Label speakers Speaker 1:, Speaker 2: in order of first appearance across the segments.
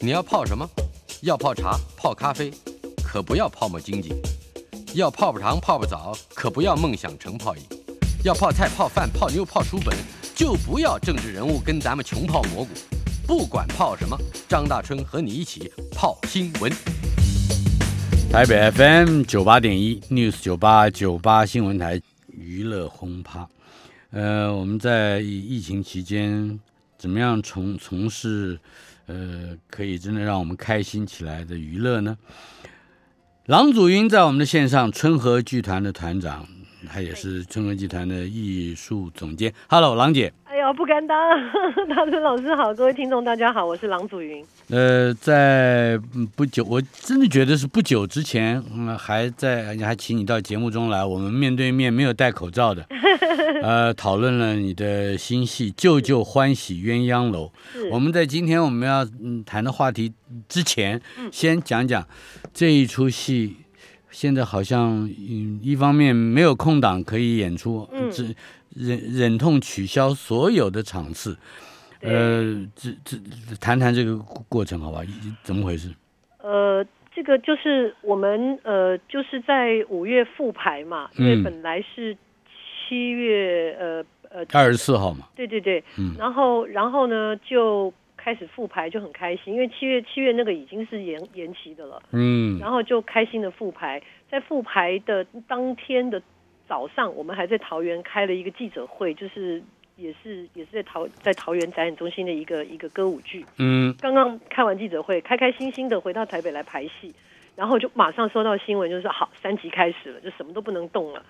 Speaker 1: 你要泡什么？要泡茶、泡咖啡，可不要泡沫经济；要泡泡糖、泡泡澡，可不要梦想成泡影；要泡菜、泡饭、泡妞、泡书本，就不要政治人物跟咱们穷泡蘑菇。不管泡什么，张大春和你一起泡新闻。
Speaker 2: 台北 FM 九八点一 News 九八九八新闻台娱乐轰趴。呃，我们在疫情期间怎么样从从事呃可以真的让我们开心起来的娱乐呢？郎祖筠在我们的线上，春和剧团的团长，他也是春和剧团的艺术总监。Hello，郎姐。
Speaker 3: 哎呦，不敢当！ 大春老师好，各位听众大家好，我是郎祖云。
Speaker 2: 呃，在嗯不久，我真的觉得是不久之前，嗯，还在还请你到节目中来，我们面对面没有戴口罩 的，呃，讨论了你的新戏《舅舅欢喜鸳鸯楼》。
Speaker 3: 是
Speaker 2: 我们在今天我们要嗯谈的话题之前，
Speaker 3: 嗯
Speaker 2: 先讲讲这一出戏。现在好像，嗯，一方面没有空档可以演出，
Speaker 3: 嗯
Speaker 2: 只忍忍痛取消所有的场次，呃，这这谈谈这个过过程好吧？一怎么回事？
Speaker 3: 呃，这个就是我们呃，就是在五月复排嘛，因为
Speaker 2: 嗯
Speaker 3: 本来是七月呃呃，
Speaker 2: 二十四号嘛，
Speaker 3: 对对对，
Speaker 2: 嗯
Speaker 3: 然后然后呢就开始复排，就很开心，因为七月七月那个已经是延延期的了，
Speaker 2: 嗯，
Speaker 3: 然后就开心的复排，在复排的当天的早上，我们还在桃园开了一个记者会，就是也是也是在桃在桃园展演中心的一个一个歌舞剧。
Speaker 2: 嗯，
Speaker 3: 刚刚开完记者会，开开心心的回到台北来排戏，然后就马上收到新闻，就是好三级开始了，就什么都不能动了，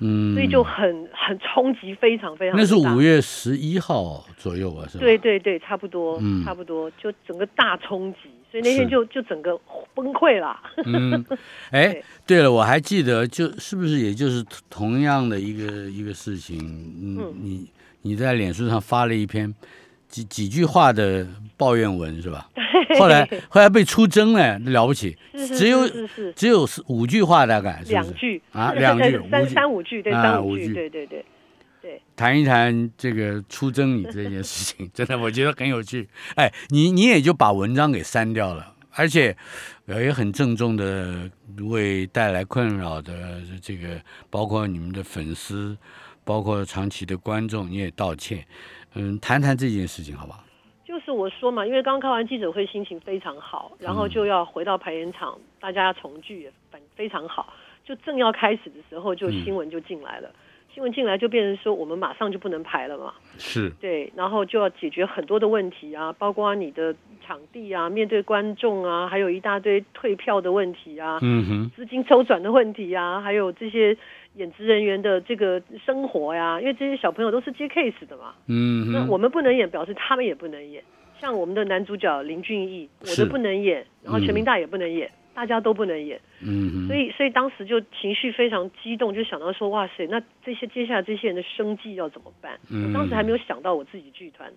Speaker 2: 嗯，
Speaker 3: 所以就很很冲击，非常非常
Speaker 2: 那是
Speaker 3: 大
Speaker 2: 五月十一号左右啊吧，是吧？
Speaker 3: 对，对对，差不多，
Speaker 2: 嗯
Speaker 3: 差不多，就整个大冲击，所以那
Speaker 2: 是
Speaker 3: 天就就整个崩溃啦。
Speaker 2: 嗯，哎
Speaker 3: 对，
Speaker 2: 对了，我还记得，就是不是也就是同样的一个一个事情，嗯
Speaker 3: 嗯，
Speaker 2: 你你在脸书上发了一篇几几句话的抱怨文是吧？ 后来后来被出征了，了不起，
Speaker 3: 是是
Speaker 2: 只有
Speaker 3: 是是是
Speaker 2: 只有四五句话大概，是不
Speaker 3: 两
Speaker 2: 是？
Speaker 3: 句
Speaker 2: 啊两句五
Speaker 3: 三
Speaker 2: 句
Speaker 3: 三五句，对，
Speaker 2: 啊
Speaker 3: 三
Speaker 2: 五
Speaker 3: 五
Speaker 2: 句
Speaker 3: 句，对对对，
Speaker 2: 谈一谈这个出征你这件事情， 真的我觉得很有趣。哎，你你也就把文章给删掉了，而且呃也很郑重的为带来困扰的这个，包括你们的粉丝，包括长期的观众，你也道歉。嗯，谈谈这件事情好不好？
Speaker 3: 就是我说嘛，因为刚开完记者会，心情非常好，然后就要回到排演场，
Speaker 2: 嗯
Speaker 3: 大家重聚也反非常好。就正要开始的时候，就
Speaker 2: 嗯
Speaker 3: 新闻就进来了，新闻进来就变成说我们马上就不能排了嘛，
Speaker 2: 是，
Speaker 3: 对，然后就要解决很多的问题啊，包括你的场地啊，面对观众啊，还有一大堆退票的问题啊，
Speaker 2: 嗯哼，
Speaker 3: 资金周转的问题啊， 还有这些演职人员的这个生活呀、因为这些小朋友都是接 case 的嘛，
Speaker 2: 嗯
Speaker 3: 那
Speaker 2: 哼，
Speaker 3: 我们不能演，表示他们也不能演。像我们的男主角林俊逸，我
Speaker 2: 是
Speaker 3: 的不能演，然后
Speaker 2: 嗯
Speaker 3: 全民大也不能演，大家都不能演，
Speaker 2: 嗯
Speaker 3: 所
Speaker 2: 哼，
Speaker 3: 以所以当时就情绪非常激动，就想到说，哇塞，那这些接下来这些人的生计要怎么办？
Speaker 2: 嗯
Speaker 3: 我当时还没有想到我自己剧团，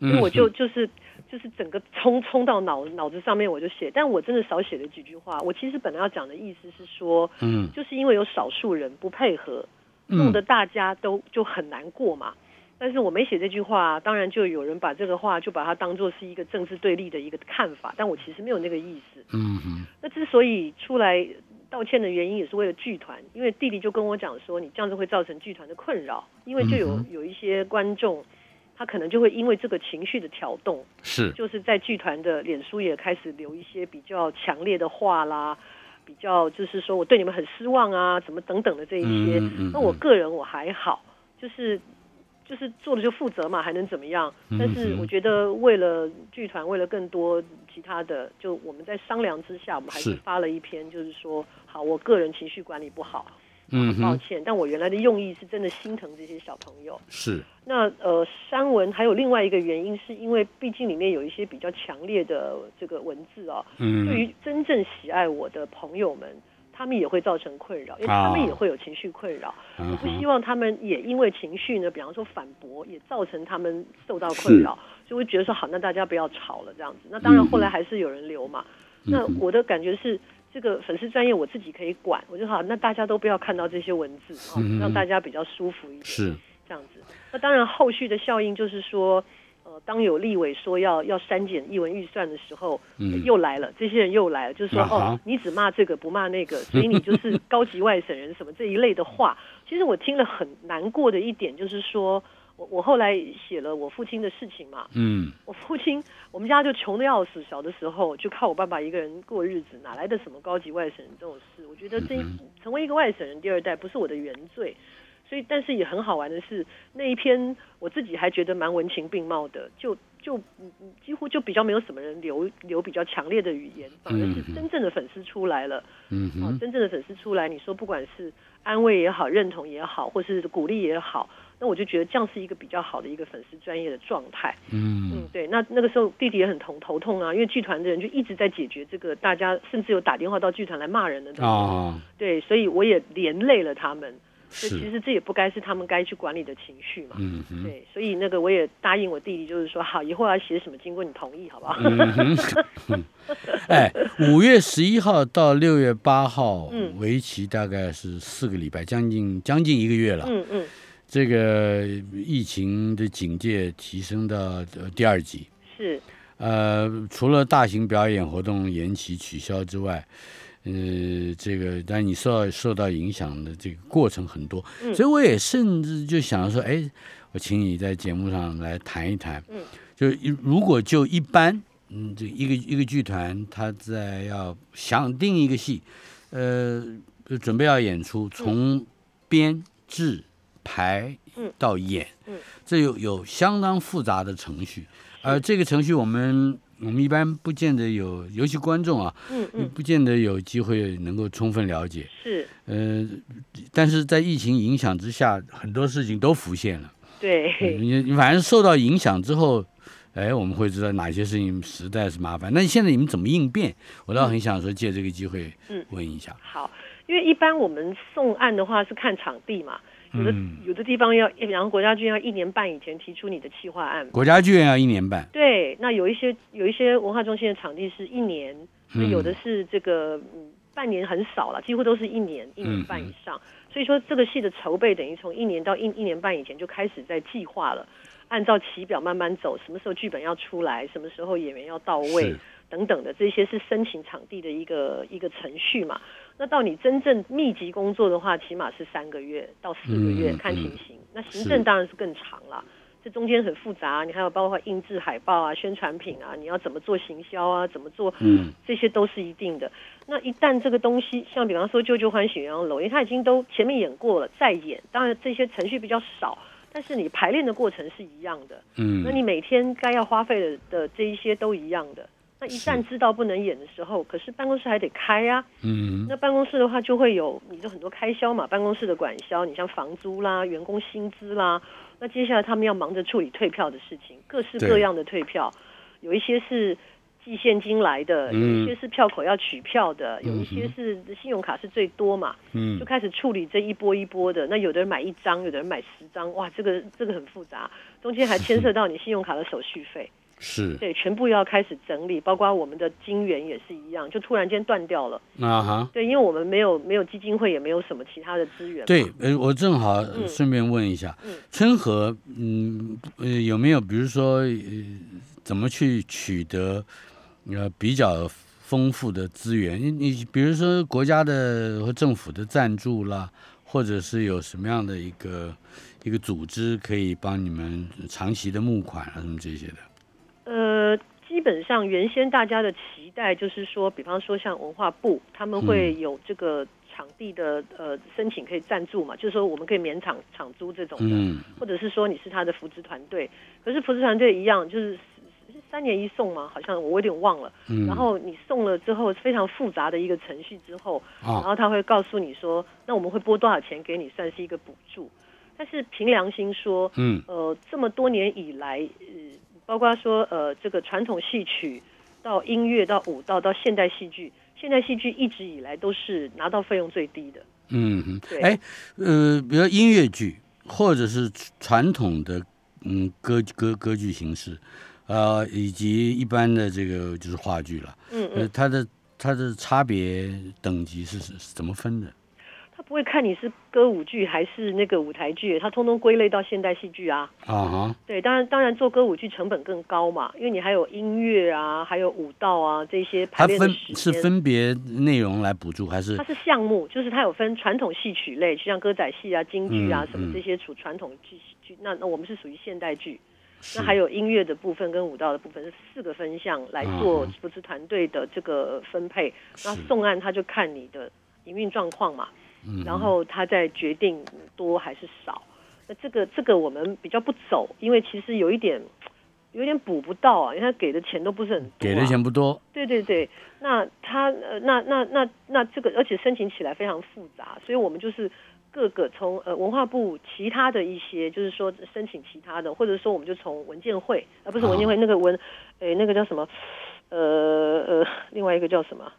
Speaker 2: 嗯
Speaker 3: 所以我就就是就是整个冲冲到脑脑子上面，我就写，但我真的少写了几句话。我其实本来要讲的意思是说，
Speaker 2: 嗯
Speaker 3: 就是因为有少数人不配合，弄
Speaker 2: 嗯
Speaker 3: 得大家都就很难过嘛。但是我没写这句话，当然就有人把这个话就把它当做是一个政治对立的一个看法，但我其实没有那个意思。
Speaker 2: 嗯哼，
Speaker 3: 那之所以出来道歉的原因，也是为了剧团，因为弟弟就跟我讲说，你这样子会造成剧团的困扰，因为就有
Speaker 2: 嗯
Speaker 3: 有一些观众，他可能就会因为这个情绪的挑动，
Speaker 2: 是，
Speaker 3: 就是在剧团的脸书也开始留一些比较强烈的话啦，比较就是说我对你们很失望啊，怎么等等的这一些。
Speaker 2: 嗯嗯
Speaker 3: 那我个人我还好，就是就是做了就负责嘛，还能怎么样？但是
Speaker 2: 嗯哼
Speaker 3: 我觉得为了剧团，为了更多其他的，就我们在商量之下，我们还是
Speaker 2: 是
Speaker 3: 发了一篇，就是说，好，我个人情绪管理不好，
Speaker 2: 嗯
Speaker 3: 抱
Speaker 2: 哼，
Speaker 3: 歉，但我原来的用意是真的心疼这些小朋友。
Speaker 2: 是，
Speaker 3: 那呃，删文还有另外一个原因，是因为毕竟里面有一些比较强烈的这个文字啊、对
Speaker 2: 嗯
Speaker 3: 于真正喜爱我的朋友们，他们也会造成困扰，因为他们也会有情绪困扰。
Speaker 2: 啊嗯
Speaker 3: 不希
Speaker 2: 哼，
Speaker 3: 望他们也因为情绪呢，比方说反驳，也造成他们受到困扰，所以我觉得说好，那大家不要吵了这样子。那
Speaker 2: 嗯
Speaker 3: 当然，后来还是有人留嘛。那我的感觉是，这个粉丝专业我自己可以管，我就好，那大家都不要看到这些文字啊、
Speaker 2: 嗯
Speaker 3: 让大家比较舒服一点。
Speaker 2: 是，
Speaker 3: 这样子。那当然，后续的效应就是说，呃，当有立委说要要删减译文预算的时候，又来了，这些人又来了，就是说、
Speaker 2: 嗯啊哈
Speaker 3: 哦，你只骂这个不骂那个，所以你就是高级外省人什么这一类 的话。其实我听了很难过的一点就是说，我我后来写了我父亲的事情嘛，
Speaker 2: 嗯
Speaker 3: 我父亲，我们家就穷的要死，小的时候就靠我爸爸一个人过日子，哪来的什么高级外省人这种事？我觉得这一
Speaker 2: 嗯
Speaker 3: 成为一个外省人第二代不是我的原罪，所以但是也很好玩的是，那一篇我自己还觉得蛮文情并茂的，就就嗯嗯几乎就比较没有什么人留留比较强烈的语言，反而
Speaker 2: 嗯
Speaker 3: 是真正的粉丝出来了。
Speaker 2: 嗯
Speaker 3: 哦，
Speaker 2: 哼，
Speaker 3: 真正的粉丝出来，你说不管是安慰也好、认同也好，或是鼓励也好，那我就觉得这样是一个比较好的一个粉丝专业的状态。
Speaker 2: 嗯
Speaker 3: 嗯，对，那那个时候弟弟也很头头痛啊，因为剧团的人就一直在解决这个，大家甚至有打电话到剧团来骂人的东西。
Speaker 2: 啊，
Speaker 3: 对，所以我也连累了他们。所以其
Speaker 2: 是，
Speaker 3: 实这也不该是他们该去管理的情绪嘛。
Speaker 2: 嗯哼，
Speaker 3: 对，所以那个我也答应我弟弟，就是说好，以后要写什么，经过你同意，好不好？
Speaker 2: 嗯哼， 哎，五月十一号到六月八号，
Speaker 3: 嗯
Speaker 2: 为期大概是四个礼拜，将近将近一个月了。
Speaker 3: 嗯嗯，
Speaker 2: 这个疫情的警戒提升到呃第二级，
Speaker 3: 是
Speaker 2: 呃，除了大型表演活动延期取消之外，呃，这个但你受到受到影响的这个过程很多，
Speaker 3: 嗯
Speaker 2: 所以我也甚至就想说，哎，我请你在节目上来谈一谈，
Speaker 3: 嗯，
Speaker 2: 就一如果就一般，嗯，这一个一个剧团他在要想定一个戏，呃，准备要演出，从编制排
Speaker 3: 嗯
Speaker 2: 到演，
Speaker 3: 嗯
Speaker 2: 这有有相当复杂的程序。而呃这个程序我们我们一般不见得有，尤其观众啊，
Speaker 3: 嗯嗯
Speaker 2: 不见得有机会能够充分了解。
Speaker 3: 是，
Speaker 2: 呃，但是在疫情影响之下，很多事情都浮现了。
Speaker 3: 对，
Speaker 2: 你你反正受到影响之后，哎，我们会知道哪些事情实在是麻烦。那现在你们怎么应变？我倒很想说借这个机会
Speaker 3: 嗯
Speaker 2: 问一下。
Speaker 3: 好，因为一般我们送案的话是看场地嘛，有的、
Speaker 2: 嗯
Speaker 3: 有的地方要，比方国家军要一年半以前提出你的企划案嘛
Speaker 2: 国家剧院要一年半，
Speaker 3: 对，那有一些有一些文化中心的场地是一年，那有的是这个嗯半年很少了，几乎都是一年一年半以上。所以说这个戏的筹备等于从一年到一一年半以前就开始在计划了，按照期表慢慢走，什么时候剧本要出来，什么时候演员要到位
Speaker 2: 是
Speaker 3: 等等的，这些是申请场地的一个一个程序嘛。那到你真正密集工作的话，起码是三个月到四个月，
Speaker 2: 嗯
Speaker 3: 看情
Speaker 2: 嗯
Speaker 3: 形。那行
Speaker 2: 是
Speaker 3: 政当然是更长了。这中间很复杂、啊你还有包括印制海报啊、宣传品啊，你要怎么做行销啊，怎么做，
Speaker 2: 嗯，
Speaker 3: 这些都是一定的。那一旦这个东西，像比方说《舅舅欢喜鸳鸯楼》，因为它已经都前面演过了，再演，当然这些程序比较少，但是你排练的过程是一样的，
Speaker 2: 嗯
Speaker 3: 那你每天该要花费的的这一些都一样的。那一旦知道不能演的时候，可是办公室还得开呀、
Speaker 2: 嗯
Speaker 3: 那办公室的话，就会有你的很多开销嘛，办公室的管销，你像房租啦、员工薪资啦，那接下来他们要忙着处理退票的事情，各式各
Speaker 2: 对
Speaker 3: 样的退票，有一些是寄现金来的，有
Speaker 2: 嗯
Speaker 3: 一些是票口要取票的，有一
Speaker 2: 嗯
Speaker 3: 些是信用卡是最多嘛，就
Speaker 2: 嗯
Speaker 3: 开始处理这一波一波的。那有的人买一张，有的人买十张，哇，这个这个很复杂，中间还牵涉到你信用卡的手续费。
Speaker 2: 是
Speaker 3: 对，全部要开始整理，包括我们的金源也是一样，就突然间断掉了。
Speaker 2: 啊哈。
Speaker 3: 对，因为我们没有没有基金会，也没有什么其他的资源。
Speaker 2: 对，，呃，我正好呃顺便问一下，
Speaker 3: 嗯
Speaker 2: 春和，嗯，呃，有没有比如说，呃，怎么去取得呃比较丰富的资源？你你比如说国家的和政府的赞助啦，或者是有什么样的一个一个组织可以帮你们长期的募款啊，什么这些的？
Speaker 3: 呃，基本上原先大家的期待就是说，比方说像文化部，他们
Speaker 2: 嗯
Speaker 3: 会有这个场地的呃申请可以赞助嘛，就是说我们可以免场场租这种的，
Speaker 2: 嗯，
Speaker 3: 或者是说你是他的扶植团队。可是扶植团队一样，就是是是三年一送嘛，好像我有点忘了。
Speaker 2: 嗯
Speaker 3: 然后你送了之后，非常复杂的一个程序之后，然
Speaker 2: 啊，
Speaker 3: 后他会告诉你说，那我们会拨多少钱给你，算是一个补助。但是凭良心说，
Speaker 2: 嗯
Speaker 3: 呃，这么多年以来，呃，包括说呃这个传统戏曲到音乐到舞蹈到现代戏剧，现代戏剧一直以来都是拿到费用最低的。
Speaker 2: 嗯哼，
Speaker 3: 对
Speaker 2: 哎，呃，比如音乐剧或者是传统的嗯歌歌歌剧形式，呃，以及一般的这个就是话剧了，
Speaker 3: 嗯嗯
Speaker 2: 呃，它的它的差别等级是是是怎么分的？
Speaker 3: 他不会看你是歌舞剧还是那个舞台剧，他通通归类到现代戏剧啊。
Speaker 2: 啊哈，
Speaker 3: 对，当然当然做歌舞剧成本更高嘛，因为你还有音乐啊，还有舞蹈啊这些排
Speaker 2: 它
Speaker 3: 练的
Speaker 2: 分
Speaker 3: 时
Speaker 2: 是
Speaker 3: 间。
Speaker 2: 分别内容来补助还是
Speaker 3: 它是项目，就是它有分传统戏曲类，就像歌仔戏啊、京剧啊
Speaker 2: 嗯
Speaker 3: 什
Speaker 2: 嗯
Speaker 3: 么这些属传统剧剧。那那我们是属于现代剧，
Speaker 2: 是
Speaker 3: 那还有音乐的部分跟舞蹈的部分是四个分项来做
Speaker 2: 嗯
Speaker 3: 不是团队的这个分配。那
Speaker 2: 是嗯
Speaker 3: 送案他就看你的营运状况嘛，然后他再决定你多还是少。那这个这个我们比较不走，因为其实有一点有一点补不到啊，因为他给的钱都不是很多、啊，
Speaker 2: 给的钱不多？
Speaker 3: 对对对，那他呃，那那那那这个，而且申请起来非常复杂，所以我们就是各个从呃文化部其他的一些，就是说申请其他的，或者说我们就从文建会，呃不是文
Speaker 2: 啊
Speaker 3: 建会、那个文，诶那个叫什么，呃呃另外一个叫什么，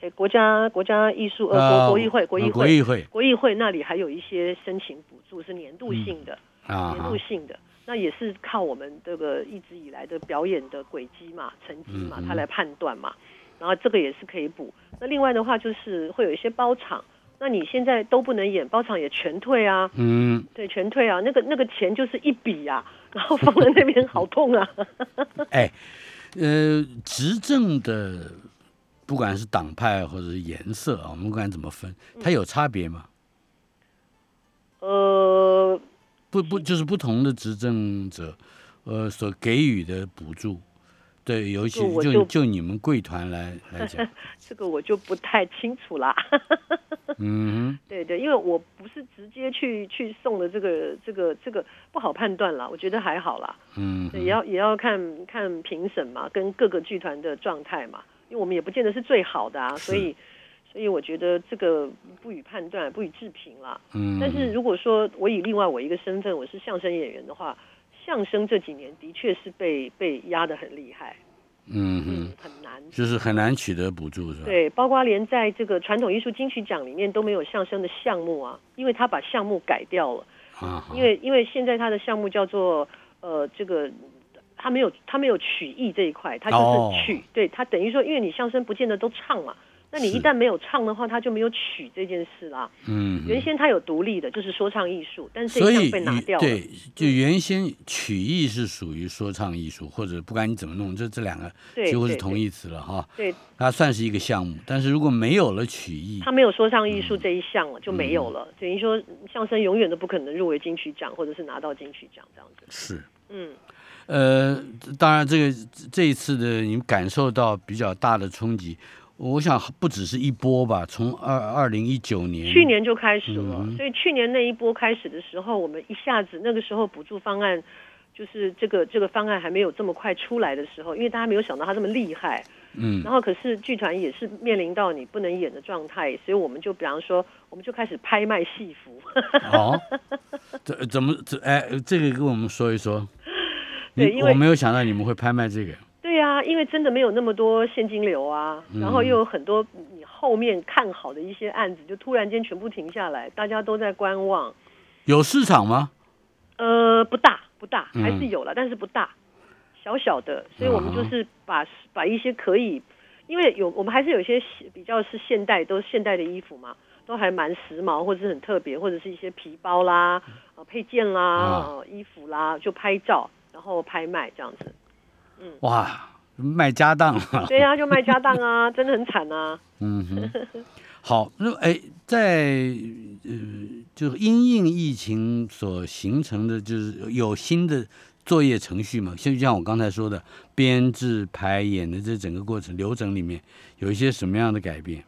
Speaker 3: 诶国家国家艺术呃
Speaker 2: 呃，
Speaker 3: 国国议会国议
Speaker 2: 呃国
Speaker 3: 会
Speaker 2: 议会
Speaker 3: 国议会那里还有一些申请补助是年度性的，
Speaker 2: 啊
Speaker 3: 年
Speaker 2: 哈
Speaker 3: 度，性的，那也是靠我们这个一直以来的表演的轨迹嘛、成绩嘛，
Speaker 2: 嗯哼
Speaker 3: 它来判断嘛。然后这个也是可以补。那另外的话就是会有一些包场，那你现在都不能演，包场也全退啊，
Speaker 2: 嗯，
Speaker 3: 对，全退啊。那个那个钱就是一笔啊，然后放在那边好痛啊。
Speaker 2: 哎，呃，执政的不管是党派或者是颜色啊，我们不管怎么分，
Speaker 3: 嗯
Speaker 2: 它有差别吗？
Speaker 3: 呃，
Speaker 2: 不不，就是不同的执政者，呃，所给予的补助，对，尤其
Speaker 3: 这我
Speaker 2: 就
Speaker 3: 就
Speaker 2: 就你们贵团来来 讲，
Speaker 3: 这个我就不太清楚 啦。
Speaker 2: 嗯
Speaker 3: 对对，因为我不是直接去去送的这个这个这个不好判断啦，我觉得还好啦。
Speaker 2: 哼嗯
Speaker 3: 对也要也要看看评审嘛，跟各个剧团的状态嘛，因为我们也不见得是最好的啊，所以所以我觉得这个不予判断，不予置评啦。
Speaker 2: 嗯，
Speaker 3: 但是如果说我以另外我一个身份，我是相声演员的话，相声这几年的确是被被压得很厉害，
Speaker 2: 嗯哼，，
Speaker 3: 很难。
Speaker 2: 就是很难取得补助是吧？
Speaker 3: 对，包括连在这个传统艺术金曲奖里面都没有相声的项目啊，因为他把项目改掉了。
Speaker 2: 啊哈，
Speaker 3: 因为因为现在他的项目叫做呃这个。他没有，他没有曲艺这一块，他就
Speaker 2: 哦
Speaker 3: 是曲对他等于说，因为你相声不见得都唱嘛，那你一
Speaker 2: 是
Speaker 3: 旦没有唱的话，他就没有曲这件事啦。
Speaker 2: 嗯哼。
Speaker 3: 原先他有独立的，就是说唱艺术，但是
Speaker 2: 所
Speaker 3: 这一
Speaker 2: 以
Speaker 3: 项被拿
Speaker 2: 你
Speaker 3: 掉了。
Speaker 2: 对，就原先曲艺是属于说唱艺术，或者不管你怎么弄，这这两个
Speaker 3: 对
Speaker 2: 几乎是
Speaker 3: 对
Speaker 2: 同义词了哈。
Speaker 3: 对，
Speaker 2: 它算是一个项目，但是如果没有了曲艺，
Speaker 3: 他没有说唱艺术这一项了，就没
Speaker 2: 嗯
Speaker 3: 有了。等于说，相声永远都不可能入围金曲奖，或者是拿到金曲奖这样子。
Speaker 2: 是
Speaker 3: 嗯，
Speaker 2: 呃，当然这个这一次的你们感受到比较大的冲击，我想不只是一波吧，从二二零一九年
Speaker 3: 去年就开始了，
Speaker 2: 嗯
Speaker 3: 所以去年那一波开始的时候，我们一下子那个时候补助方案，就是这个这个方案还没有这么快出来的时候，因为大家没有想到它这么厉害。
Speaker 2: 嗯
Speaker 3: 然后可是剧团也是面临到你不能演的状态，所以我们就比方说，我们就开始拍卖戏服。
Speaker 2: 哦， 怎怎么怎哎，这个跟我们说一说。你
Speaker 3: 对因为
Speaker 2: 我没有想到你们会拍卖这个，
Speaker 3: 对呀、因为真的没有那么多现金流啊，
Speaker 2: 嗯
Speaker 3: 然后又有很多你后面看好的一些案子，就突然间全部停下来，大家都在观望。
Speaker 2: 有市场吗？
Speaker 3: 呃，不大不大，
Speaker 2: 嗯啊
Speaker 3: 还是有了，但是不大，小小的，所以我们就是把、把一些可以，因为有我们还是有一些比较是现代，都是现代的衣服嘛，都还蛮时髦，或者是很特别，或者是一些皮包啦、呃、配件啦、
Speaker 2: 嗯啊
Speaker 3: 呃、衣服啦，就拍照然后拍卖这样子。
Speaker 2: 哇，卖家当了。
Speaker 3: 对呀、就卖家当 啊，真的很惨啊。
Speaker 2: 嗯哼，好，那么哎，在呃，就是因应疫情所形成的，就是有新的作业程序嘛？就像我刚才说的，编制、排演的这整个过程流程里面，有一些什么样的改变？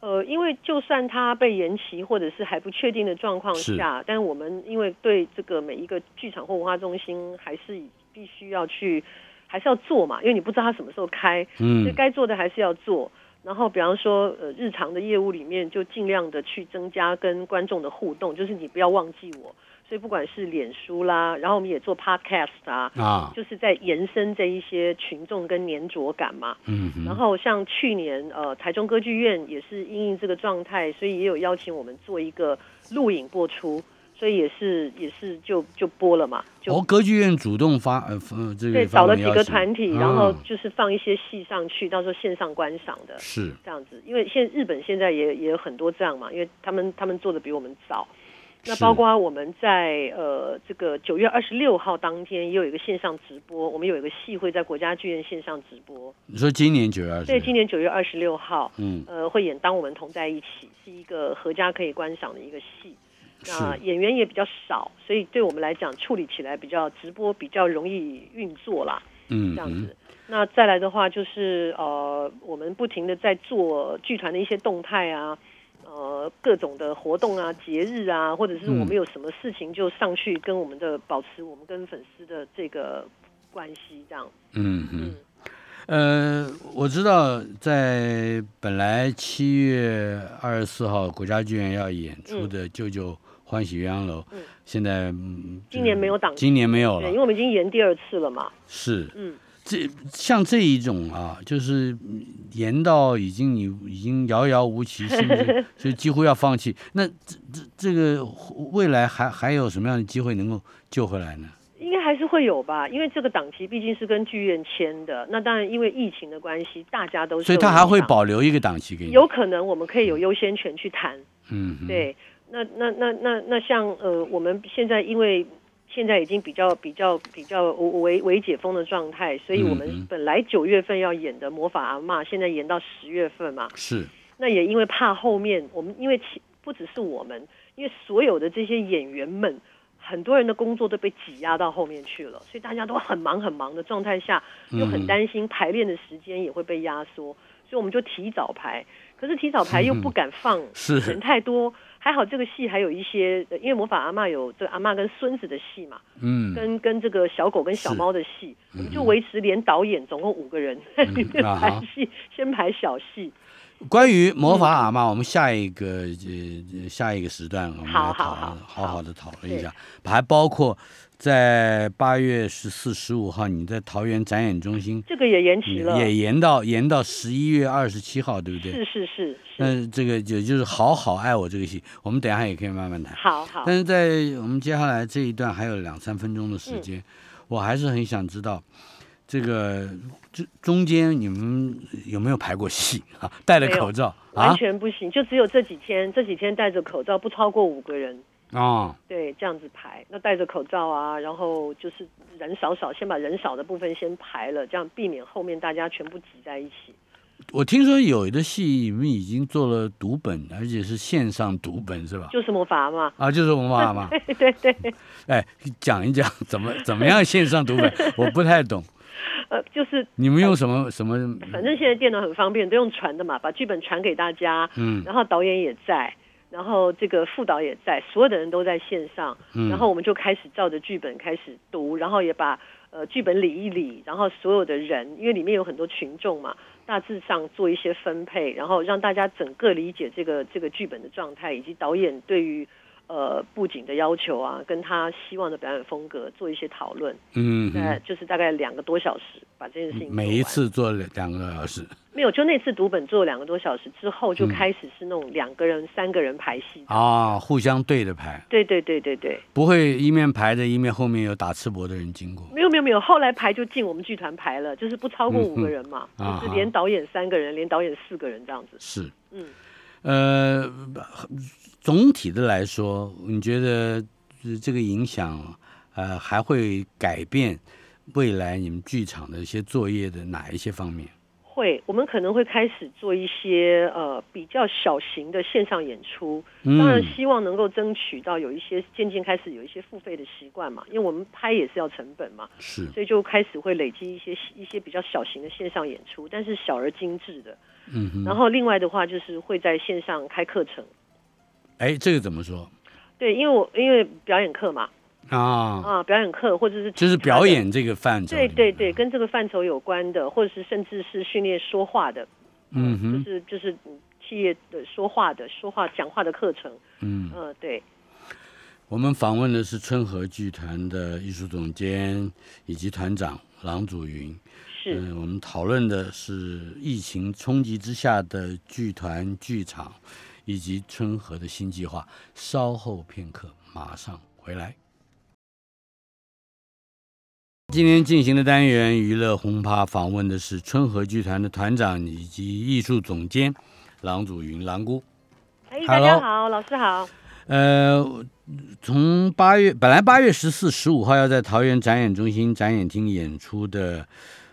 Speaker 3: 呃，因为就算它被延期或者是还不确定的状况
Speaker 2: 是
Speaker 3: 下，但我们因为对这个每一个剧场或文化中心还是必须要去，还是要做嘛，因为你不知道它什么时候开，所以
Speaker 2: 嗯
Speaker 3: 该做的还是要做。然后，比方说，呃，日常的业务里面就尽量的去增加跟观众的互动，就是你不要忘记我。所以不管是脸书啦，然后我们也做 podcast 啊，
Speaker 2: 啊，
Speaker 3: 就是在延伸这一些群众跟粘着感嘛。
Speaker 2: 嗯哼，
Speaker 3: 然后像去年呃台中歌剧院也是因应这个状态，所以也有邀请我们做一个录影播出。所以也是也是就就播了嘛，就、
Speaker 2: 哦，歌剧院主动发呃呃这个
Speaker 3: 对
Speaker 2: 发
Speaker 3: 找了
Speaker 2: 文
Speaker 3: 几
Speaker 2: 邀
Speaker 3: 个
Speaker 2: 请
Speaker 3: 团体，然后
Speaker 2: 嗯
Speaker 3: 就是放一些戏上去，到时候线上观赏的
Speaker 2: 是
Speaker 3: 这样子。因为现日本现在也也有很多这样嘛，因为他们他们做的比我们早。那
Speaker 2: 是
Speaker 3: 包括我们在呃这个九月二十六号当天也有一个线上直播，我们有一个戏会在国家剧院线上直播。
Speaker 2: 你说今年九月二十，
Speaker 3: 对，今年九月二十六号，
Speaker 2: 嗯
Speaker 3: 呃，会演《当我们同在一起》，是一个合家可以观赏的一个戏。那
Speaker 2: 是
Speaker 3: 演员也比较少，所以对我们来讲处理起来比较直播比较容易运作啦，
Speaker 2: 嗯
Speaker 3: 这样
Speaker 2: 嗯
Speaker 3: 子。那再来的话就是呃，我们不停的在做剧团的一些动态啊，呃，各种的活动啊、节日啊，或者是我们
Speaker 2: 嗯
Speaker 3: 有什么事情就上去跟我们的保持我们跟粉丝的这个关系，这样。
Speaker 2: 嗯嗯。呃，我知道，在本来七月二十四号国家剧院要演出的《舅舅欢喜鸳鸯楼》
Speaker 3: 嗯
Speaker 2: 现在、嗯、
Speaker 3: 今年没有档期
Speaker 2: 今年没有
Speaker 3: 对，
Speaker 2: 了
Speaker 3: 因为，我们已经演第二次了嘛。
Speaker 2: 是
Speaker 3: 嗯，
Speaker 2: 这像这一种啊，就是嗯严到已经你已经遥遥无期，甚 至就几乎要放弃。那这这这个未来还还有什么样的机会能够救回来呢？
Speaker 3: 应该还是会有吧，因为这个档期毕竟是跟剧院签的。那当然，因为疫情的关系，大家都
Speaker 2: 所以
Speaker 3: 受
Speaker 2: 他还
Speaker 3: 影
Speaker 2: 会
Speaker 3: 响，
Speaker 2: 保留一个档期给你。
Speaker 3: 有可能我们可以有优先权去谈。
Speaker 2: 嗯，嗯，
Speaker 3: 对，那那那那那像呃，我们现在因为现在已经比较比较比较为为解封的状态，所以
Speaker 2: 嗯
Speaker 3: 我
Speaker 2: 嗯
Speaker 3: 们本来九月份要演的《魔法阿嬷》，现在延到十月份嘛。
Speaker 2: 是
Speaker 3: 那也因为怕后面我们，因为其不只是我们，因为所有的这些演员们，很多人的工作都被挤压到后面去了，所以大家都很忙很忙的状态下，又
Speaker 2: 嗯
Speaker 3: 很担心排练的时间也会被压缩，所以我们就提早排。可是提早排又不敢放
Speaker 2: 嗯是
Speaker 3: 人太多，还好这个戏还有一些，呃因为魔法阿嬷有这个阿嬷跟孙子的戏嘛，
Speaker 2: 嗯
Speaker 3: 跟跟这个小狗跟小
Speaker 2: 是嗯
Speaker 3: 猫的戏，我们就维持连导演总共五个人 在里面
Speaker 2: 啊哈
Speaker 3: 排戏，先排小戏。
Speaker 2: 关于魔法
Speaker 3: 嗯
Speaker 2: 阿妈，我们下一个呃下一个时段我们来
Speaker 3: 好
Speaker 2: 讨
Speaker 3: 好
Speaker 2: 论
Speaker 3: 好
Speaker 2: 好好的讨论一
Speaker 3: 对
Speaker 2: 下，还包括在八月十四、十五号你在桃园展演中心
Speaker 3: 这个也延期了，
Speaker 2: 也延到延到十一月二十七号，对不
Speaker 3: 是
Speaker 2: 对？
Speaker 3: 是是是，
Speaker 2: 那这个也就是好好爱我这个戏，我们等一下也可以慢慢谈。
Speaker 3: 好好
Speaker 2: 但是在我们接下来这一段还有两三分钟的
Speaker 3: 嗯
Speaker 2: 时间，我还是很想知道，这个这中间你们有没有排过戏啊？戴了
Speaker 3: 没有
Speaker 2: 口罩啊
Speaker 3: 完全不行，就只有这几天，这几天戴着口罩，不超过五个人，
Speaker 2: 啊、哦
Speaker 3: 对，这样子排。那戴着口罩啊，然后就是人少少，先把人少的部分先排了，这样避免后面大家全部挤在一起。
Speaker 2: 我听说有的戏你们已经做了读本，而且是线上读本是吧？
Speaker 3: 就是魔法嘛，
Speaker 2: 啊，就是文化嘛，
Speaker 3: 对对对，
Speaker 2: 哎，讲一讲怎么怎么样线上读 本，我不太懂。
Speaker 3: 呃，就是
Speaker 2: 你们用什么什么？
Speaker 3: 反正现在电脑很方便，都用传的嘛，把剧本传给大家，
Speaker 2: 嗯
Speaker 3: 然后导演也在，然后这个副导也在，所有的人都在线上，
Speaker 2: 嗯
Speaker 3: 然后我们就开始照着剧本开始读，然后也把呃剧本理一理，然后所有的人，因为里面有很多群众嘛，大致上做一些分配，然后让大家整个理解这个这个剧本的状态，以及导演对于呃布景的要求啊，跟他希望的表演风格做一些讨论，
Speaker 2: 嗯
Speaker 3: 那
Speaker 2: 哼，
Speaker 3: 就是大概两个多小时把这件事情做
Speaker 2: 每一
Speaker 3: 完
Speaker 2: 次做两两个多小时
Speaker 3: 没有，就那次读本做两个多小时之后，就开始是那种两个人、三个人排戏。
Speaker 2: 啊，互相对着排。
Speaker 3: 对对对对对，
Speaker 2: 不会一面排着一面后面有打赤膊的人经过。
Speaker 3: 没有没有没有，后来排就进我们剧团排了，就是不超过五个人嘛，
Speaker 2: 嗯嗯
Speaker 3: 就是连导演三个人，连导演四个人这样子。
Speaker 2: 是，
Speaker 3: 嗯，
Speaker 2: 呃，总体的来说，你觉得呃这个影响呃还会改变未来你们剧场的一些作业的哪一些方面？
Speaker 3: 会，我们可能会开始做一些呃比较小型的线上演出，当然
Speaker 2: 嗯
Speaker 3: 希望能够争取到有一些渐渐开始有一些付费的习惯嘛，因为我们拍也是要成本嘛，
Speaker 2: 是，
Speaker 3: 所以就开始会累积一些一些比较小型的线上演出，但是小而精致的。
Speaker 2: 嗯哼，
Speaker 3: 然后另外的话就是会在线上开课程，
Speaker 2: 哎，这个怎么说
Speaker 3: 对，因为我因为表演课嘛，
Speaker 2: 啊？
Speaker 3: 啊，表演课或者是
Speaker 2: 就是
Speaker 3: 其他的
Speaker 2: 表，演这个范畴。
Speaker 3: 对对，对，跟这个范畴有关的，或者是甚至是训练说话的，呃
Speaker 2: 嗯哼，
Speaker 3: 就是就是嗯企业的说话的说话讲话的课程，
Speaker 2: 嗯。
Speaker 3: 呃，对，
Speaker 2: 我们访问的是春和剧团的艺术总监以及团长郎祖云。
Speaker 3: 是，
Speaker 2: 嗯，我们讨论的是疫情冲击之下的剧团、剧场以及春和的新计划。稍后片刻，马上。马上回来。今天进行的单元娱乐轰趴访问的是春和剧团的团长以及艺术总监郎祖云郎姑。
Speaker 3: 哎，大家好，老师好。
Speaker 2: 呃，从八月本来八月十四、十五号要在桃园展演中心展演厅演出的《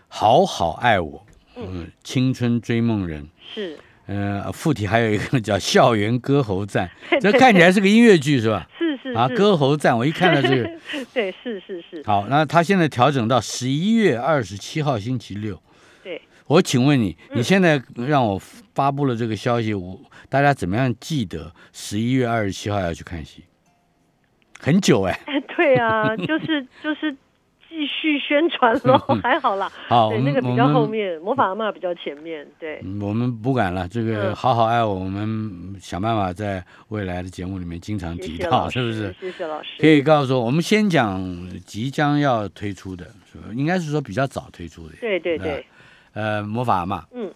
Speaker 2: 好好爱我》，嗯，青春追梦人，
Speaker 3: 是
Speaker 2: 呃，附体还有一个叫《校园歌喉战》， 这看起来是个音乐剧是吧？
Speaker 3: 是是
Speaker 2: 啊，
Speaker 3: 是
Speaker 2: 歌喉战，我一看到这 个，
Speaker 3: 对，是是是，
Speaker 2: 好，那他现在调整到十一月二十七号星期六。
Speaker 3: 对，
Speaker 2: 我请问你，
Speaker 3: 嗯
Speaker 2: 你现在让我发布了这个消息，我大家怎么样记得十一月二十七号要去看戏？很久哎、
Speaker 3: 哎， 对 啊，就是就是继续宣传喽，还好啦。
Speaker 2: 好，我
Speaker 3: 对，那
Speaker 2: 们
Speaker 3: 个
Speaker 2: 我
Speaker 3: 比较后
Speaker 2: 们
Speaker 3: 面，魔法阿妈比较前面，对，
Speaker 2: 嗯我们不管了，这个
Speaker 3: 嗯
Speaker 2: 好好爱我，我们想办法在未来的节目里面经常
Speaker 3: 谢
Speaker 2: 提
Speaker 3: 谢
Speaker 2: 到，
Speaker 3: 老
Speaker 2: 嗯是不
Speaker 3: 师，
Speaker 2: 是？
Speaker 3: 谢谢老师。
Speaker 2: 可以告诉我，我们先讲即将要推出的，是吧？应该是说比较早推出的，
Speaker 3: 对对
Speaker 2: 那
Speaker 3: 对，
Speaker 2: 呃，魔法嘛，
Speaker 3: 嗯，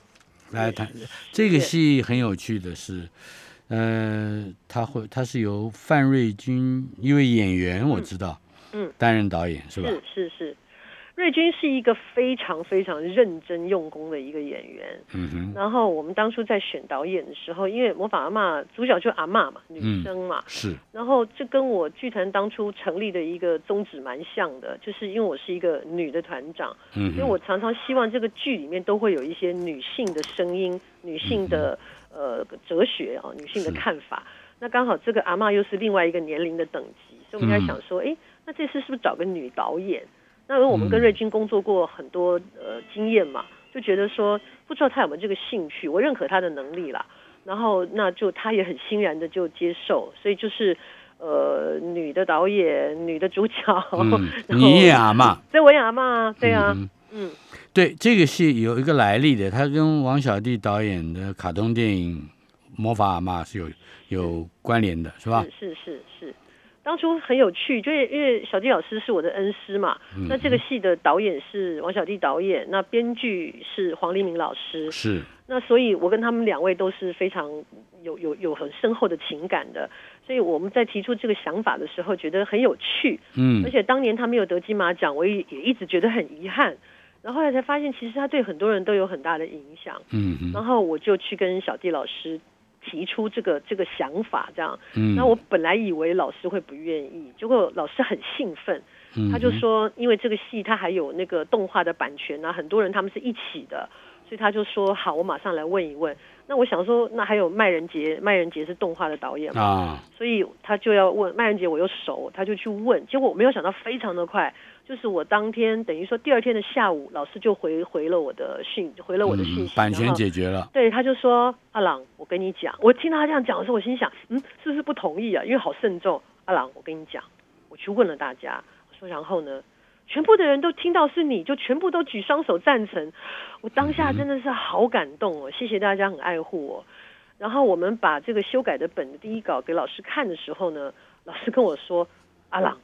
Speaker 2: 来谈这个戏很有趣的是，呃，他会他是由范瑞军一位演员我知道，
Speaker 3: 嗯，
Speaker 2: 担任导演是吧？
Speaker 3: 是是是，瑞军是一个非常非常认真用功的一个演员。
Speaker 2: 嗯哼，
Speaker 3: 然后我们当初在选导演的时候，因为魔法阿妈主角就阿嬷嘛，
Speaker 2: 嗯
Speaker 3: 女生嘛，
Speaker 2: 是
Speaker 3: 然后这跟我剧团当初成立的一个宗旨蛮像的，就是因为我是一个女的团长，
Speaker 2: 嗯
Speaker 3: 所以我常常希望这个剧里面都会有一些女性的声音、女性
Speaker 2: 嗯
Speaker 3: 的呃哲学啊、女性的看法。那刚好这个阿嬷又是另外一个年龄的等级，所以我们在想说，
Speaker 2: 嗯
Speaker 3: 诶，那这次是不是找个女导演？那因为我们跟瑞军工作过很多呃经验嘛，就觉得说不知道她有没有这个兴趣，我认可她的能力啦。然后那就她也很欣然的就接受，所以就是呃女的导演、女的主角，
Speaker 2: 嗯，
Speaker 3: 哦 然后
Speaker 2: 你演阿嘛，
Speaker 3: 所以我也阿妈，对啊，
Speaker 2: 嗯
Speaker 3: 嗯
Speaker 2: 对这个戏有一个来历的，他跟王小棣导演的卡通电影《魔法阿妈》是有
Speaker 3: 嗯
Speaker 2: 有关联的，是吧？
Speaker 3: 是是是是，当初很有趣，就是因为小弟老师是我的恩师嘛。
Speaker 2: 嗯
Speaker 3: 那这个戏的导演是王小弟导演，那编剧是黄黎明老师。
Speaker 2: 是，
Speaker 3: 那所以，我跟他们两位都是非常有有有很深厚的情感的。所以我们在提出这个想法的时候，觉得很有趣。
Speaker 2: 嗯
Speaker 3: 而，且当年他没有得金马奖，我也也一直觉得很遗憾。然后后来才发现，其实他对很多人都有很大的影响。
Speaker 2: 嗯哼，
Speaker 3: 然后我就去跟小弟老师提出这个这个想法，这样。
Speaker 2: 嗯，
Speaker 3: 那我本来以为老师会不愿意，结果老师很兴奋，
Speaker 2: 嗯
Speaker 3: 他就说，因为这个戏他还有那个动画的版权啊，很多人他们是一起的，所以他就说好，我马上来问一问。那我想说，那还有麦仁杰，麦仁杰是动画的导演嘛，
Speaker 2: 啊，
Speaker 3: 所以他就要问麦仁杰，我又熟，他就去问，结果我没有想到非常的快，就是我当天等于说第二天的下午，老师就回回了我的讯，回了我的讯
Speaker 2: 嗯
Speaker 3: 息，
Speaker 2: 版
Speaker 3: 然
Speaker 2: 权
Speaker 3: 后
Speaker 2: 解决了，
Speaker 3: 对，他就说阿郎，我跟你讲，我听到他这样讲的时候，我心想，嗯，是不是不同意啊？因为好慎重。阿郎，我跟你讲，我去问了大家，我说然后呢？全部的人都听到是你，就全部都举双手赞成。我当下真的是好感动哦，谢谢大家很爱护我。然后我们把这个修改的本的第一稿给老师看的时候呢，老师跟我说：“阿朗，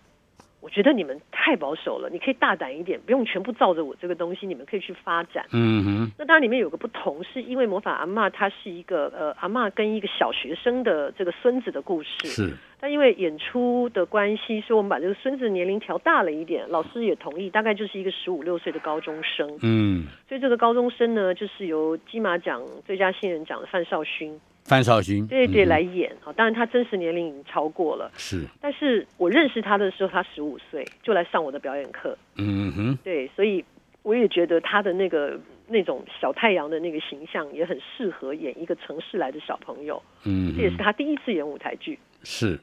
Speaker 3: 我觉得你们太保守了，你可以大胆一点，不用全部照着我这个东西，你们可以去发展。”
Speaker 2: 嗯哼，
Speaker 3: 那当然里面有个不同，是因为魔法阿嬷她是一个呃阿嬷跟一个小学生的这个孙子的故事。
Speaker 2: 是，
Speaker 3: 但因为演出的关系，所以我们把这个孙子年龄调大了一点，老师也同意，大概就是一个十五六岁的高中生。
Speaker 2: 嗯，
Speaker 3: 所以这个高中生呢，就是由金马奖最佳新人奖的范少勋，
Speaker 2: 范少勋，
Speaker 3: 对对
Speaker 2: 嗯
Speaker 3: 来演。好、当然他真实年龄已经超过了，
Speaker 2: 是，
Speaker 3: 但是我认识他的时候，他十五岁就来上我的表演课。
Speaker 2: 嗯哼，
Speaker 3: 对，所以我也觉得他的那个那种小太阳的那个形象也很适合演一个城市来的小朋友，
Speaker 2: 嗯
Speaker 3: 这也是
Speaker 2: 哼，
Speaker 3: 他第一次演舞台剧。
Speaker 2: 是，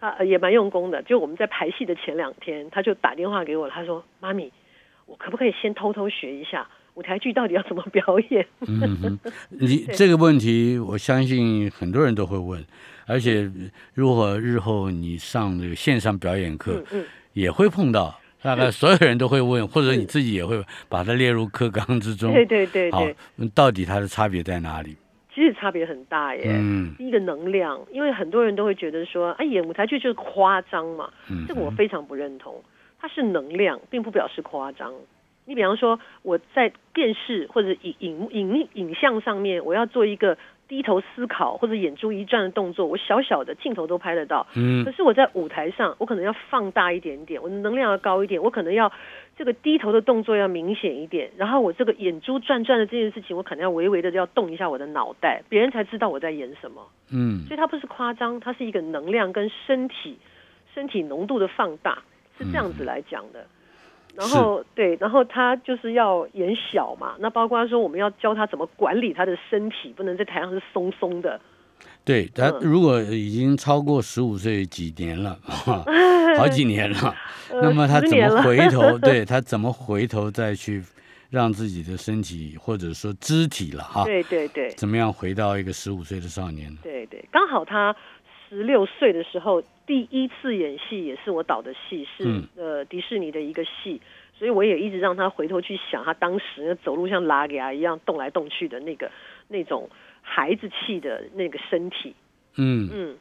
Speaker 3: 他呃也蛮用功的，就我们在排戏的前两天，他就打电话给我，他说：“妈咪，我可不可以先偷偷学一下舞台剧到底要怎么表演
Speaker 2: 嗯 哼，你这个问题，我相信很多人都会问，而且
Speaker 3: 嗯
Speaker 2: 如果日后你上这个线上表演？”课
Speaker 3: 嗯，嗯，
Speaker 2: 也会碰到，大概所有人都会问，或者你自己也会把它列入课纲之中。
Speaker 3: 对对对
Speaker 2: 好
Speaker 3: 对，，
Speaker 2: 嗯到底它的差别在哪里？
Speaker 3: 其实差别很大耶。
Speaker 2: 嗯
Speaker 3: 第一个能量，因为很多人都会觉得说，哎，演舞台剧就是夸张嘛，这个我非常不认同。它是能量，并不表示夸张。你比方说，我在电视或者影影幕影影像上面，我要做一个低头思考或者眼珠一转的动作，我小小的镜头都拍得到。
Speaker 2: 嗯
Speaker 3: 可是我在舞台上，我可能要放大一点点，我的能量要高一点，我可能要这个低头的动作要明显一点，然后我这个眼珠转转的这件事情，我可能要微微的要动一下我的脑袋，别人才知道我在演什么。
Speaker 2: 嗯
Speaker 3: 所以它不是夸张，它是一个能量跟身体身体浓度的放大，是这样子来讲的。然后对，然后他就是要演小嘛，那包括说我们要教他怎么管理他的身体，不能在台上是松松的。
Speaker 2: 对他
Speaker 3: 嗯
Speaker 2: 如果已经超过十五岁几年 了，好几年了，
Speaker 3: 呃
Speaker 2: 那么他
Speaker 3: 十
Speaker 2: 怎
Speaker 3: 年
Speaker 2: 么
Speaker 3: 了
Speaker 2: 回 头？对他怎么回头再去让自己的身体或者说肢体了哈，
Speaker 3: 对对对
Speaker 2: 怎么样回到一个十五岁的少年呢？
Speaker 3: 对对，刚好他十六岁的时候第一次演戏，也是我导的戏，是、
Speaker 2: 嗯
Speaker 3: 呃迪士尼的一个戏。所以我也一直让他回头去想，他当时那走路像拉给他一样动来动去的那个那种孩子气的那个身体，
Speaker 2: 嗯，
Speaker 3: 嗯，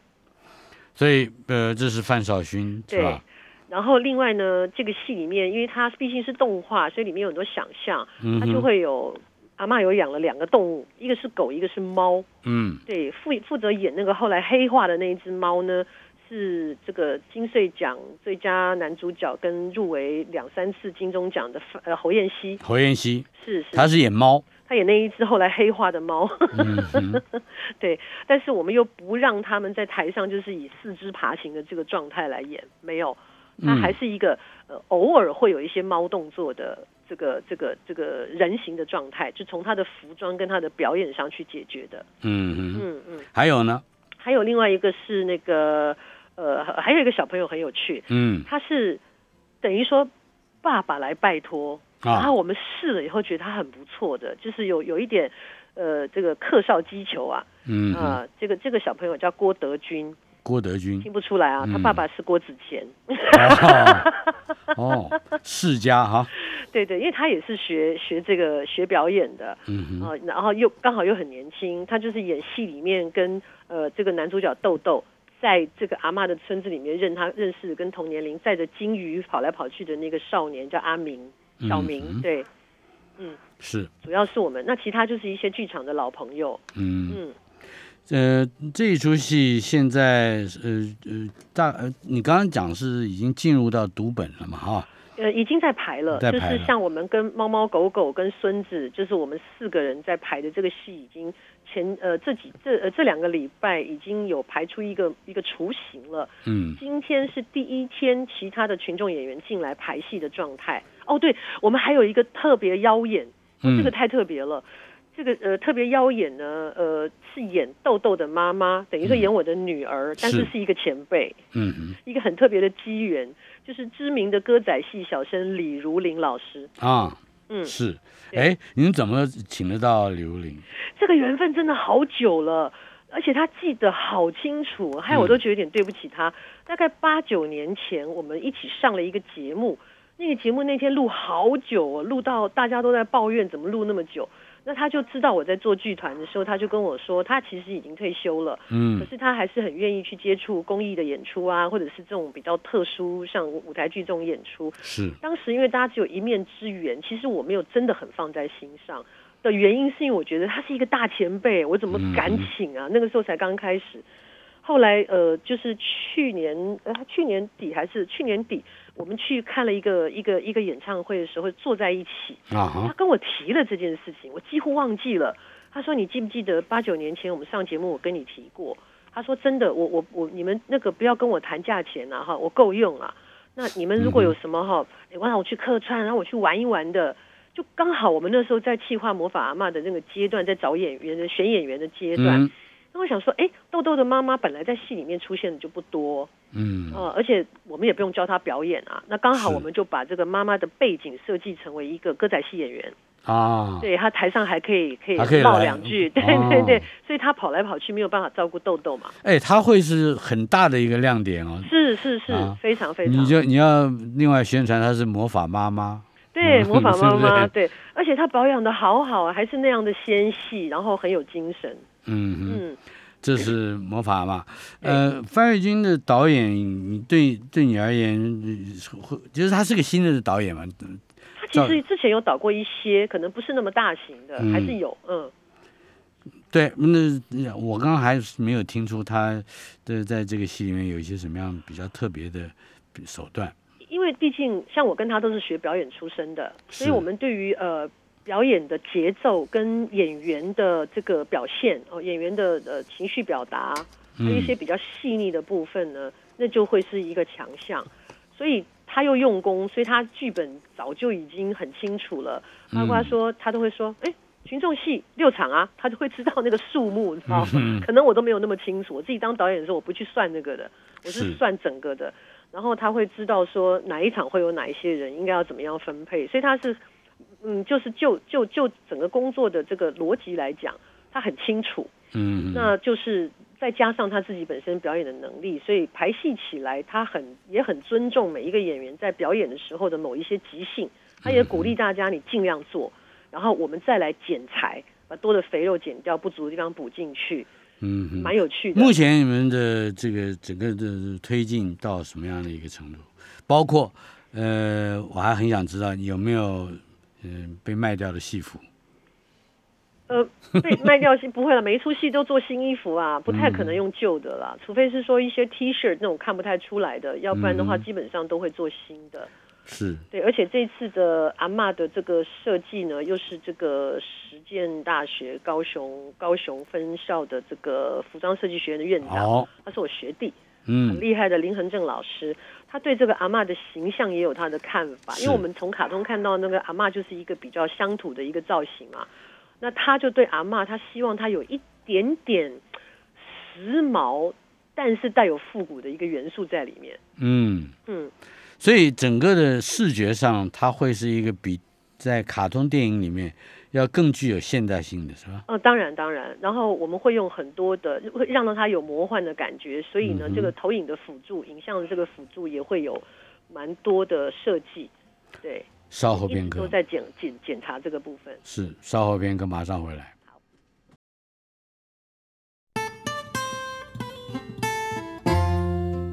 Speaker 2: 所以呃，这是范少勋是
Speaker 3: 对
Speaker 2: 吧？。
Speaker 3: 然后另外呢，这个戏里面，因为它毕竟是动画，所以里面有很多想象，它就会有阿嬷有养了两个动物，一个是狗，一个是猫。
Speaker 2: 嗯
Speaker 3: 对，负负责演那个后来黑化的那一只猫呢，是这个金穗奖最佳男主角跟入围两三次金钟奖的范呃侯彦西，
Speaker 2: 侯彦西
Speaker 3: 是是，
Speaker 2: 他是演猫，
Speaker 3: 他演那一只后来黑化的猫，
Speaker 2: 嗯哼
Speaker 3: 对，但是我们又不让他们在台上就是以四肢爬行的这个状态来演，没有，它
Speaker 2: 嗯
Speaker 3: 还是一个、呃偶尔会有一些猫动作的这个这个这个人形的状态，就从他的服装跟他的表演上去解决的，
Speaker 2: 嗯哼，
Speaker 3: 嗯嗯。
Speaker 2: 还有呢，
Speaker 3: 还有另外一个是那个呃，还有一个小朋友很有趣，
Speaker 2: 嗯
Speaker 3: 他是等于说爸爸来拜托，然
Speaker 2: 啊
Speaker 3: 后我们试了以后觉得他很不错的，就是有有一点呃这个客少击球啊，
Speaker 2: 嗯哼，
Speaker 3: 啊、这个这个小朋友叫郭德军，
Speaker 2: 郭德 军
Speaker 3: 听不出来啊，他
Speaker 2: 嗯
Speaker 3: 爸爸是郭子乾，
Speaker 2: 哦哦，世家哈，
Speaker 3: 对对，因为他也是学学这个学表演的，
Speaker 2: 嗯哼，
Speaker 3: 啊、然后又刚好又很年轻，他就是演戏里面跟呃这个男主角豆豆在这个阿嬷的村子里面认他认识跟同年龄载着金鱼跑来跑去的那个少年叫阿明，小明、
Speaker 2: 嗯
Speaker 3: 对，
Speaker 2: 是，
Speaker 3: 主要是我们，那其他就是一些剧场的老朋友，
Speaker 2: 嗯
Speaker 3: 嗯，
Speaker 2: 呃，这一出戏现在呃呃大呃，你刚刚讲是已经进入到读本了嘛哈，
Speaker 3: 呃，已经在排了，
Speaker 2: 在
Speaker 3: 就
Speaker 2: 排
Speaker 3: 是
Speaker 2: 了
Speaker 3: 像我们跟猫猫狗狗跟孙子，就是我们四个人在排的这个戏，已经前呃这几这呃这两个礼拜已经有排出一个一个雏形了。
Speaker 2: 嗯
Speaker 3: 今天是第一天，其他的群众演员进来排戏的状态。哦，对，我们还有一个特别妖演，这
Speaker 2: 嗯
Speaker 3: 个太特别了。这个呃特别妖演呢，呃是演豆豆的妈妈，等于说演我的女儿，但是
Speaker 2: 嗯是
Speaker 3: 是一个前辈，
Speaker 2: 嗯哼
Speaker 3: 一个很特别的机缘，就是知名的歌仔戏小生李如林老师。
Speaker 2: 啊
Speaker 3: 嗯，
Speaker 2: 是，
Speaker 3: 对
Speaker 2: 哎，您怎么请得到刘玲？
Speaker 3: 这个缘分真的好久了，而且他记得好清楚，害我都觉得有点对不起他。大概八九年前，我们一起上了一个节目，那个节目那天录好久哦，录到大家都在抱怨怎么录那么久。那他就知道我在做剧团的时候，他就跟我说，他其实已经退休了，
Speaker 2: 嗯
Speaker 3: 可是他还是很愿意去接触公益的演出啊，或者是这种比较特殊，像舞台剧这种演出。
Speaker 2: 是，
Speaker 3: 当时因为大家只有一面之缘，其实我没有真的很放在心上的原因，是因为我觉得他是一个大前辈，我怎么敢请啊？那个时候才刚开始。后来呃，就是去年呃，去年底还是去年底，我们去看了一个一个一个演唱会的时候，坐在一起，
Speaker 2: 啊
Speaker 3: 他
Speaker 2: 哈，
Speaker 3: 跟我提了这件事情，我几乎忘记了。他说：“你记不记得八九年前我们上节目，我跟你提过？”他说：“真的，我我我，你们那个不要跟我谈价钱啊，哈，我够用啊。那你们如
Speaker 2: 嗯
Speaker 3: 果有什么哈，你让我去客串，让我去玩一玩的，就刚好我们那时候在企划魔法阿嬷的那个阶段，在找演员的选演员的阶段。
Speaker 2: 嗯
Speaker 3: 那我想说，哎，豆豆的妈妈本来在戏里面出现的就不多，
Speaker 2: 嗯
Speaker 3: 呃，而且我们也不用教他表演啊，那刚好
Speaker 2: 是
Speaker 3: 我们就把这个妈妈的背景设计成为一个歌仔戏演员，
Speaker 2: 啊，
Speaker 3: 对他台上还可以可以
Speaker 2: 还可以
Speaker 3: 唠
Speaker 2: 来
Speaker 3: 两句，对
Speaker 2: 哦
Speaker 3: 对对，所以他跑来跑去没有办法照顾豆豆嘛，
Speaker 2: 哎，他会是很大的一个亮点哦。
Speaker 3: 是是是，
Speaker 2: 啊
Speaker 3: 非常非常，
Speaker 2: 你就你要另外宣传他是魔法妈妈，
Speaker 3: 对
Speaker 2: 嗯
Speaker 3: 模仿妈妈，
Speaker 2: 是
Speaker 3: 对，而且他保养的好好啊，还是那样的纤细，然后很有精神，
Speaker 2: 嗯哼，
Speaker 3: 嗯，
Speaker 2: 这是魔法嘛。
Speaker 3: 对
Speaker 2: 呃，范瑞军的导演，你对对你而言，呃会就是他是个新的导演嘛？
Speaker 3: 他其实之前有导过一些，可能不是那么大型的，
Speaker 2: 嗯
Speaker 3: 还是有，嗯，
Speaker 2: 对，那我刚刚还是没有听出他的在这个戏里面有一些什么样比较特别的手段。
Speaker 3: 因为毕竟像我跟他都是学表演出身的，所以我们对于呃表演的节奏跟演员的这个表现哦、演员的呃情绪表达，还有一些比较细腻的部分呢，那就会是一个强项。所以他又用功，所以他剧本早就已经很清楚了。包括说他都会说，哎、群众戏六场啊，他就会知道那个数目，你知道吗？可能我都没有那么清楚。我自己当导演的时候，我不去算那个的，我是
Speaker 2: 是
Speaker 3: 算整个的。然后他会知道说哪一场会有哪一些人，应该要怎么样分配。所以他是，嗯，就是就就就整个工作的这个逻辑来讲，他很清楚。
Speaker 2: 嗯，
Speaker 3: 那就是再加上他自己本身表演的能力，所以排戏起来，他很也很尊重每一个演员在表演的时候的某一些即兴，他也鼓励大家你尽量做，然后我们再来剪裁，把多的肥肉剪掉，不足的地方补进去，
Speaker 2: 嗯哼，
Speaker 3: 蛮有趣的。
Speaker 2: 目前你们的这个整个的推进到什么样的一个程度？包括呃，我还很想知道有没有嗯、被卖掉的戏服。
Speaker 3: 呃，被卖掉是不会了，每一出戏都做新衣服啊，不太可能用旧的啦，除非是说一些 T 恤那种看不太出来的，要不然的话基本上都会做新的。
Speaker 2: 是，
Speaker 3: 对，而且这次的阿嬷的这个设计呢，又是这个实践大学高雄高雄分校的这个服装设计学院的院长，
Speaker 2: 哦，
Speaker 3: 他是我学弟，很
Speaker 2: 嗯，
Speaker 3: 厉害的林恒正老师，他对这个阿嬷的形象也有他的看法，
Speaker 2: 是
Speaker 3: 因为我们从卡通看到那个阿嬷就是一个比较乡土的一个造型嘛，那他就对阿嬷，他希望他有一点点时髦，但是带有复古的一个元素在里面。
Speaker 2: 嗯，
Speaker 3: 嗯，
Speaker 2: 所以整个的视觉上，它会是一个比在卡通电影里面要更具有现代性的，是吧？
Speaker 3: 呃，当然当然，然后我们会用很多的，会让它有魔幻的感觉，所以
Speaker 2: 嗯
Speaker 3: 呢，这个投影的辅助、影像的这个辅助也会有蛮多的设计，对，
Speaker 2: 稍后
Speaker 3: 一
Speaker 2: 片
Speaker 3: 直
Speaker 2: 刻
Speaker 3: 都在检检检查这个部分。
Speaker 2: 是，稍后片刻马上回来。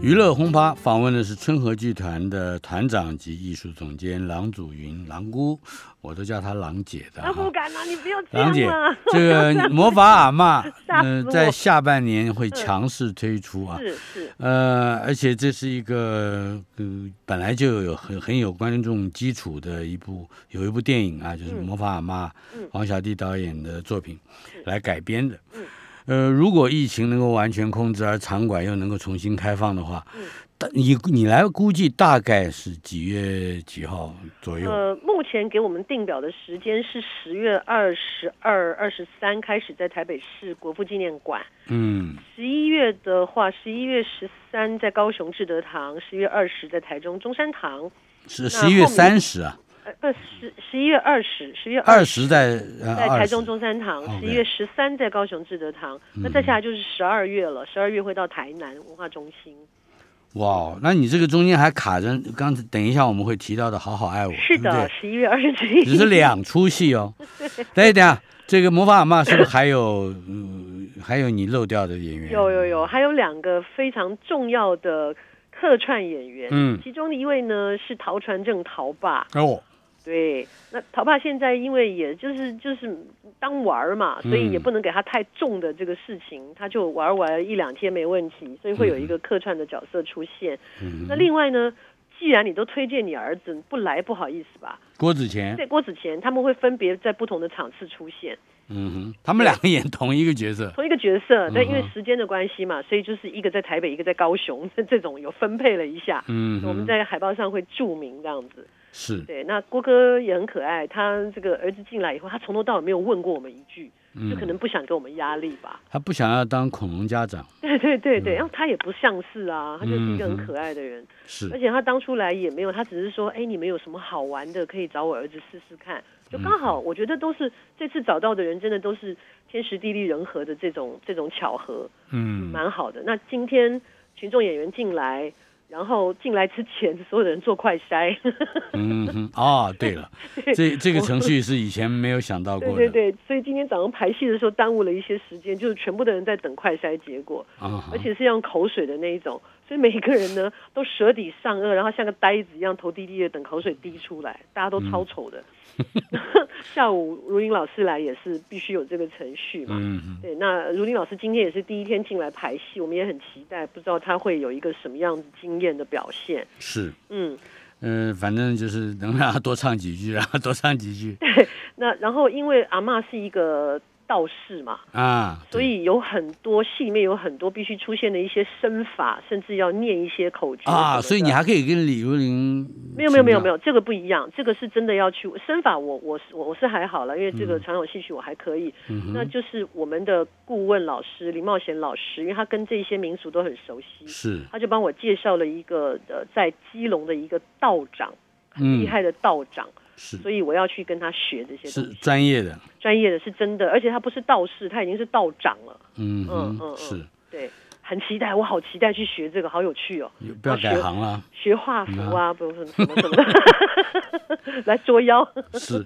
Speaker 2: 娱乐轰趴访问的是春和剧团的团长及艺术总监郎祖云，郎姑，我都叫她郎姐的
Speaker 3: 啊，
Speaker 2: 哈
Speaker 3: 不。敢啦，你不要这
Speaker 2: 郎 姐
Speaker 3: 样啊嘛。
Speaker 2: 这个魔法阿嬷，
Speaker 3: 吓
Speaker 2: 嗯、
Speaker 3: 死我
Speaker 2: 在下半年会强势推出啊。
Speaker 3: 是是，
Speaker 2: 呃，而且这是一个呃本来就有很很有观众基础的一部有一部电影啊，就是《魔法阿妈》
Speaker 3: 嗯
Speaker 2: 王小棣导演的作品来改编的
Speaker 3: 嗯。
Speaker 2: 呃，如果疫情能够完全控制，而场馆又能够重新开放的话，
Speaker 3: 嗯
Speaker 2: 大你你来估计大概是几月几号左右？
Speaker 3: 呃，目前给我们定表的时间是十月二十二、二十三开始在台北市国父纪念馆。
Speaker 2: 嗯，
Speaker 3: 十一月的话，十一月十三在高雄志德堂，十月二十在台中中山堂，
Speaker 2: 是十一月
Speaker 3: 后面
Speaker 2: 三十啊，
Speaker 3: 呃呃十十一月二十，十月
Speaker 2: 二
Speaker 3: 20
Speaker 2: 十在呃
Speaker 3: 在台
Speaker 2: 20
Speaker 3: 中中山堂，
Speaker 2: OK 嗯
Speaker 3: 十一月十三在高雄志德堂，那再下来就是十二月了，十二月会到台南文化中心。
Speaker 2: 嗯哇，那你这个中间还卡着，刚才等一下我们会提到的《好好爱我》，
Speaker 3: 是
Speaker 2: 对不
Speaker 3: 的，
Speaker 2: 对
Speaker 3: 十一月二十 一。
Speaker 2: 只是两出戏 哦。等一下，这个魔法阿妈是不是还有、嗯还有你漏掉的演员？
Speaker 3: 有有有，还有两个非常重要的客串演员，
Speaker 2: 嗯
Speaker 3: 其中一位呢是陶传正陶爸，
Speaker 2: 哦，
Speaker 3: 对，那陶爸现在因为也就是就是当玩儿嘛，所以也不能给他太重的这个事情，他就玩儿玩儿一两天没问题，所以会有一个客串的角色出现。那另外呢，既然你都推荐你儿子不来，不好意思吧？
Speaker 2: 郭子乾，
Speaker 3: 在郭子乾他们会分别在不同的场次出现，
Speaker 2: 嗯哼，他们两个演同一个角色，
Speaker 3: 同一个角
Speaker 2: 嗯
Speaker 3: 色，但因为时间的关系嘛，所以就是一个在台北，一个在高雄， 这种有分配了一下。
Speaker 2: 嗯
Speaker 3: 我们
Speaker 2: 哼，
Speaker 3: 在海报上会注明这样子。
Speaker 2: 是，
Speaker 3: 对，那郭哥也很可爱，他这个儿子进来以后，他从头到尾没有问过我们一句，
Speaker 2: 嗯
Speaker 3: 就可能不想给我们压力吧。
Speaker 2: 他不想要当恐龙家长，
Speaker 3: 对对对对，然后他也不像是啊，他就是一个
Speaker 2: 嗯
Speaker 3: 很
Speaker 2: 哼
Speaker 3: 可爱的人，而
Speaker 2: 是，
Speaker 3: 且他当初来也没有，他只是说，哎，你们有什么好玩的可以找我儿子试试看。就
Speaker 2: 嗯
Speaker 3: 刚好，我觉得都是这次找到的人，真的都是天时地利人和的这种这种巧合。
Speaker 2: 嗯，
Speaker 3: 蛮好的。那今天群众演员进来，然后进来之前，所有的人做快筛，
Speaker 2: 嗯哼，哦，对 了，这这个程序是以前没有想到过
Speaker 3: 对
Speaker 2: 的，
Speaker 3: 对对，所以今天早上排戏的时候耽误了一些时间，就是全部的人在等快筛结果，
Speaker 2: 啊哈，
Speaker 3: 而且是用口水的那一种，所所以每一个人呢 都舌抵上颚，然后像个呆子一样头低低的等口水滴出来，大家都超丑的。
Speaker 2: 嗯
Speaker 3: 下午如英老师来也是必须有这个程序嘛。
Speaker 2: 嗯
Speaker 3: 对，那如林老师今天也是第一天进来排戏，我们也很期待，不知道他会有一个什么样子惊艳的表现。
Speaker 2: 是，
Speaker 3: 嗯，
Speaker 2: 嗯，反正就是能让他多唱几句，让他多唱几 句
Speaker 3: 那然后因为阿嬷是一个道士嘛，
Speaker 2: 啊。
Speaker 3: 所以有很多戏里面有很多必须出现的一些身法，甚至要念一些口诀
Speaker 2: 对啊，
Speaker 3: 什么的
Speaker 2: 所以你还可以跟李如林
Speaker 3: 没有没有没有
Speaker 2: 请教
Speaker 3: 没有，这个不一样，这个是真的要去身法我。我是我我是还好了，因为这个
Speaker 2: 嗯
Speaker 3: 传统戏曲我还可以。那就是我们的顾问老师林茂贤老师，因为他跟这些民俗都很熟悉，
Speaker 2: 是
Speaker 3: 他就帮我介绍了一个呃，在基隆的一个道长，很
Speaker 2: 嗯
Speaker 3: 厉害的道长，
Speaker 2: 是
Speaker 3: 所以我要去跟他学这些
Speaker 2: 是
Speaker 3: 东西。
Speaker 2: 专业的，
Speaker 3: 专业的是真的，而且他不是道士，他已经是道长了。
Speaker 2: 嗯
Speaker 3: 嗯嗯
Speaker 2: 哼，
Speaker 3: 嗯
Speaker 2: 是
Speaker 3: 对，很期待，我好期待去学这个，好有趣哦。
Speaker 2: 你不要改行 了，
Speaker 3: 学画符啊，不是什么什么什 么，来捉妖。
Speaker 2: 是。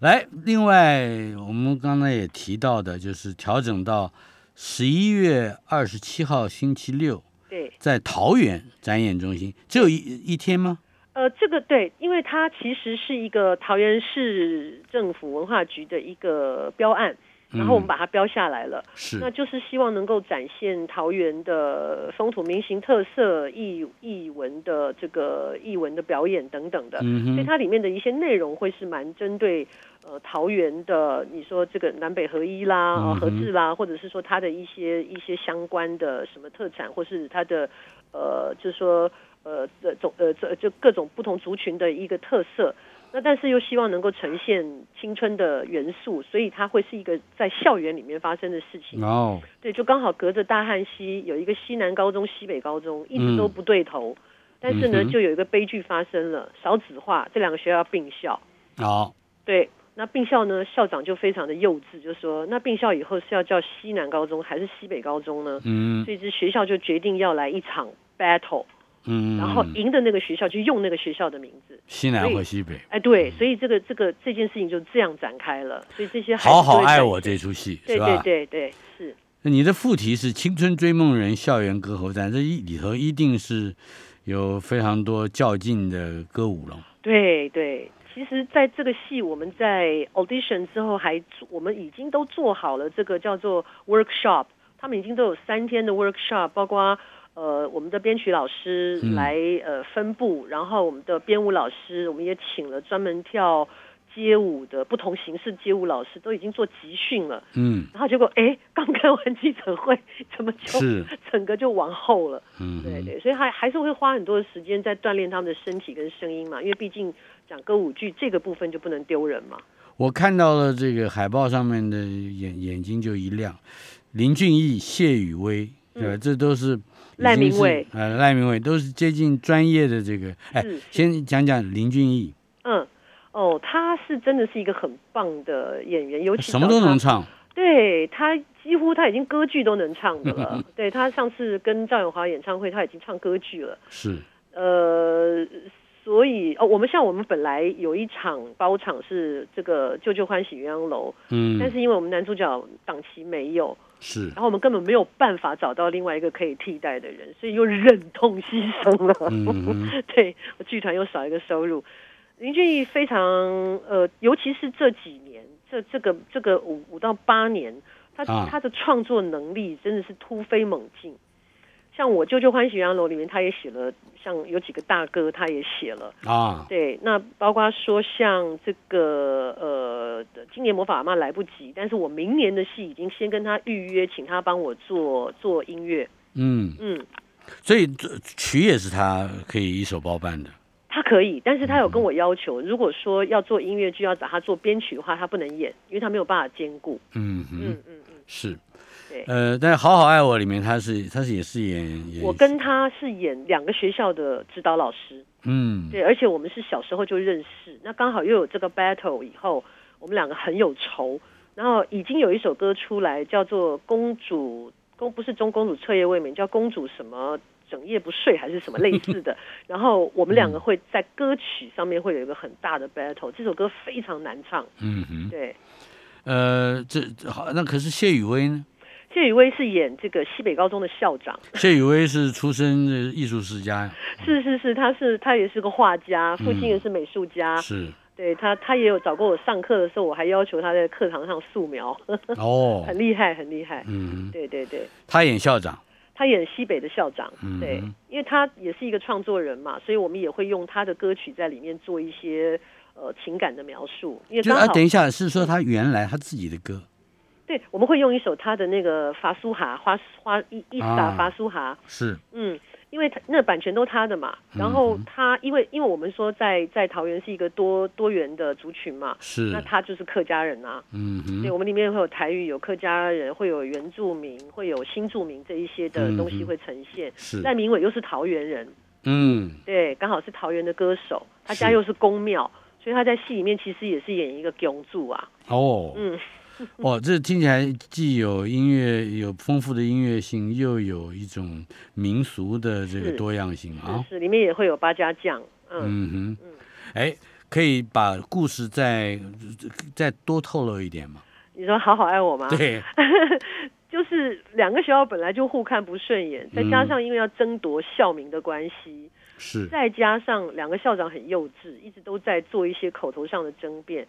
Speaker 2: 来，另外我们刚才也提到的，就是调整到十一月二十七号星期六，
Speaker 3: 对，
Speaker 2: 在桃园展演中心，只有一一天吗？
Speaker 3: 呃，这个对，因为它其实是一个桃园市政府文化局的一个标案，然后我们把它标下来了，那
Speaker 2: 是
Speaker 3: 就是希望能够展现桃园的风土民情特色、艺艺文的这个艺文的表演等等的，
Speaker 2: 嗯哼
Speaker 3: 所以它里面的一些内容会是蛮针对。呃，桃园的你说这个南北合一啦、呃合
Speaker 2: 嗯
Speaker 3: 治啦，或者是说它的一些一些相关的什么特产，或是它的呃，就是说呃这种呃这就各种不同族群的一个特色。那但是又希望能够呈现青春的元素，所以它会是一个在校园里面发生的事情。
Speaker 2: 哦，
Speaker 3: 对，就刚好隔着大汉溪有一个西南高中、西北高中，一直都不对头。但是呢
Speaker 2: 嗯嗯，哼
Speaker 3: 就有一个悲剧发生了，少子化，这两个学校要并校。
Speaker 2: 好，
Speaker 3: 对，那并校呢，校长就非常的幼稚，就说那并校以后是要叫西南高中还是西北高中呢？
Speaker 2: 嗯
Speaker 3: 所以这学校就决定要来一场 battle。
Speaker 2: 嗯，
Speaker 3: 然后赢的那个学校就用那个学校的名字。
Speaker 2: 西南
Speaker 3: 所以
Speaker 2: 或西北，
Speaker 3: 哎，对，所以这个这个这件事情就这样展开了。所以这些孩子
Speaker 2: 好好
Speaker 3: 都会在
Speaker 2: 爱我，这出戏
Speaker 3: 对
Speaker 2: 是吧？
Speaker 3: 对对对，是
Speaker 2: 那你的副题是“青春追梦人校园歌喉战”，这一里头一定是有非常多较劲的歌舞了。
Speaker 3: 对对。其实，在这个戏，我们在 audition 之后还做，我们已经都做好了这个叫做 workshop，他们已经都有三天的 workshop，包括呃我们的编曲老师来、呃分部，然后我们的编舞老师，我们也请了专门跳街舞的不同形式街舞老师，都已经做集训了。
Speaker 2: 嗯，，
Speaker 3: 然后结果哎，刚开完记者会，怎么就是 整个就往后了？
Speaker 2: 嗯
Speaker 3: 对
Speaker 2: 哼，
Speaker 3: 对，所以还还是会花很多的时间在锻炼他们的身体跟声音嘛，因为毕竟讲歌舞剧这个部分就不能丢人嘛。
Speaker 2: 我看到了这个海报上面的眼眼睛就一亮，林俊逸、谢雨薇，对吧？这都是
Speaker 3: 嗯赖明伟，
Speaker 2: 已经是呃，赖明伟都是接近专业的这个。哎
Speaker 3: 是是，
Speaker 2: 先讲讲林俊逸，
Speaker 3: 嗯，哦，他是真的是一个很棒的演员，尤其
Speaker 2: 什么都
Speaker 3: 找他
Speaker 2: 能唱，
Speaker 3: 对他几乎他已经歌剧都能唱的
Speaker 2: 嗯
Speaker 3: 了。 对他上次跟赵咏华演唱会，他已经唱歌剧了。
Speaker 2: 是
Speaker 3: 呃，所以哦，我们像我们本来有一场包场是这个《旧旧欢喜鸳鸯楼》。但
Speaker 2: 嗯
Speaker 3: 是因为我们男主角档期没有，
Speaker 2: 是
Speaker 3: 然，后我们根本没有办法找到另外一个可以替代的人，所以又忍痛牺牲了。
Speaker 2: 嗯哼
Speaker 3: 对，剧团又少一个收入。林俊逸非常呃，尤其是这几年，这这个这个五五到八年，他、
Speaker 2: 啊
Speaker 3: 他的创作能力真的是突飞猛进。像我《舅舅欢喜鸯楼》里面，他也写了，像有几个大哥，他也写了。
Speaker 2: 啊，
Speaker 3: 对，那包括说像这个呃，今年魔法阿妈来不及，但是我明年的戏已经先跟他预约，请他帮我做做音乐。
Speaker 2: 嗯，
Speaker 3: 嗯，
Speaker 2: 所以这曲也是他可以一手包办的。
Speaker 3: 他可以，但是他有跟我要求，如果说要做音乐剧要找他做编曲的话，他不能演，因为他没有办法兼顾。
Speaker 2: 嗯哼。
Speaker 3: 嗯嗯嗯，
Speaker 2: 是
Speaker 3: 对，
Speaker 2: 呃，但《好好爱我》里面他是他是也是演演，
Speaker 3: 我跟他是演两个学校的指导老师，
Speaker 2: 嗯
Speaker 3: 对，而且我们是小时候就认识，那刚好又有这个 battle 以后，我们两个很有仇，然后已经有一首歌出来，叫做《公主公》，不是中公主彻夜未眠，叫公主什么整夜不睡还是什么类 似的。然后我们两
Speaker 2: 嗯
Speaker 3: 个会在歌曲上面会有一个很大的 battle，这首歌非常难唱。
Speaker 2: 嗯哼，
Speaker 3: 对，
Speaker 2: 呃，这这好那可是谢雨薇呢？
Speaker 3: 谢谢雨薇是演这个西北高中的校长，
Speaker 2: 谢雨薇是出身的艺术世家呀，
Speaker 3: 是是是，他是他也是个画家，父
Speaker 2: 嗯
Speaker 3: 亲也是美术家，
Speaker 2: 是
Speaker 3: 对他他也有找过我上课的时候，我还要求他在课堂上素描，
Speaker 2: 哦，
Speaker 3: 很厉害很厉害，
Speaker 2: 嗯，
Speaker 3: 对对对，
Speaker 2: 他演校长，
Speaker 3: 他演西北的校长，
Speaker 2: 嗯
Speaker 3: 对，因为他也是一个创作人嘛，所以我们也会用他的歌曲在里面做一些呃情感的描述，因为
Speaker 2: 就
Speaker 3: 刚
Speaker 2: 啊，
Speaker 3: 好嗯
Speaker 2: 等一下是说他原来他自己的歌，
Speaker 3: 对，我们会用一首他的那个法苏哈花花伊伊斯
Speaker 2: 啊
Speaker 3: 达法苏哈，
Speaker 2: 是
Speaker 3: 嗯，因为他那版权都他的嘛，
Speaker 2: 嗯
Speaker 3: 然后他因为因为我们说在在桃园是一个多多元的族群嘛，那
Speaker 2: 是，
Speaker 3: 他就是客家人啊，
Speaker 2: 嗯
Speaker 3: 对，
Speaker 2: 哼，
Speaker 3: 我们里面会有台语，有客家人，会有原住民，会有新住民这一些的东
Speaker 2: 嗯
Speaker 3: 西
Speaker 2: 哼
Speaker 3: 会呈现。
Speaker 2: 是，
Speaker 3: 赖明伟又是桃园人，
Speaker 2: 嗯
Speaker 3: 对，刚好是桃园的歌手，他家
Speaker 2: 是
Speaker 3: 又是宫庙，所以他在戏里面其实也是演一个囧柱啊，
Speaker 2: 哦，
Speaker 3: 嗯，
Speaker 2: 哦，这听起来既有音乐有丰富的音乐性，又有一种民俗的这个
Speaker 3: 是
Speaker 2: 多样性啊，
Speaker 3: 就是里面也会有八家将，嗯
Speaker 2: 嗯哼，哎，可以把故事再再多透露一点吗？
Speaker 3: 你说好好爱我吗？
Speaker 2: 对，
Speaker 3: 就是两个学校本来就互看不顺眼，再
Speaker 2: 嗯
Speaker 3: 加上因为要争夺校名的关系，
Speaker 2: 是，
Speaker 3: 再加上两个校长很幼稚，一直都在做一些口头上的争辩，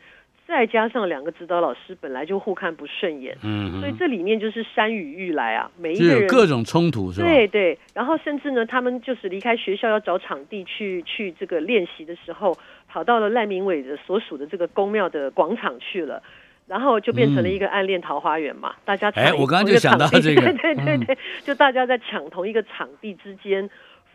Speaker 3: 再加上两个指导老师本来就互看不顺眼，
Speaker 2: 嗯
Speaker 3: 所以
Speaker 2: 哼，
Speaker 3: 这里面就是山雨欲来啊，每一
Speaker 2: 就
Speaker 3: 个
Speaker 2: 有
Speaker 3: 人
Speaker 2: 各种冲突是吧？
Speaker 3: 对对，然后甚至呢，他们就是离开学校要找场地去去这个练习的时候，跑到了赖明伟的所属的这个宫庙的广场去了。然后就变成了一个暗恋桃花源嘛，大家抢
Speaker 2: 哎我刚刚就
Speaker 3: 同一个
Speaker 2: 想到
Speaker 3: 场地
Speaker 2: 这个 嗯
Speaker 3: 对对对对，就大家在抢同一个场地之间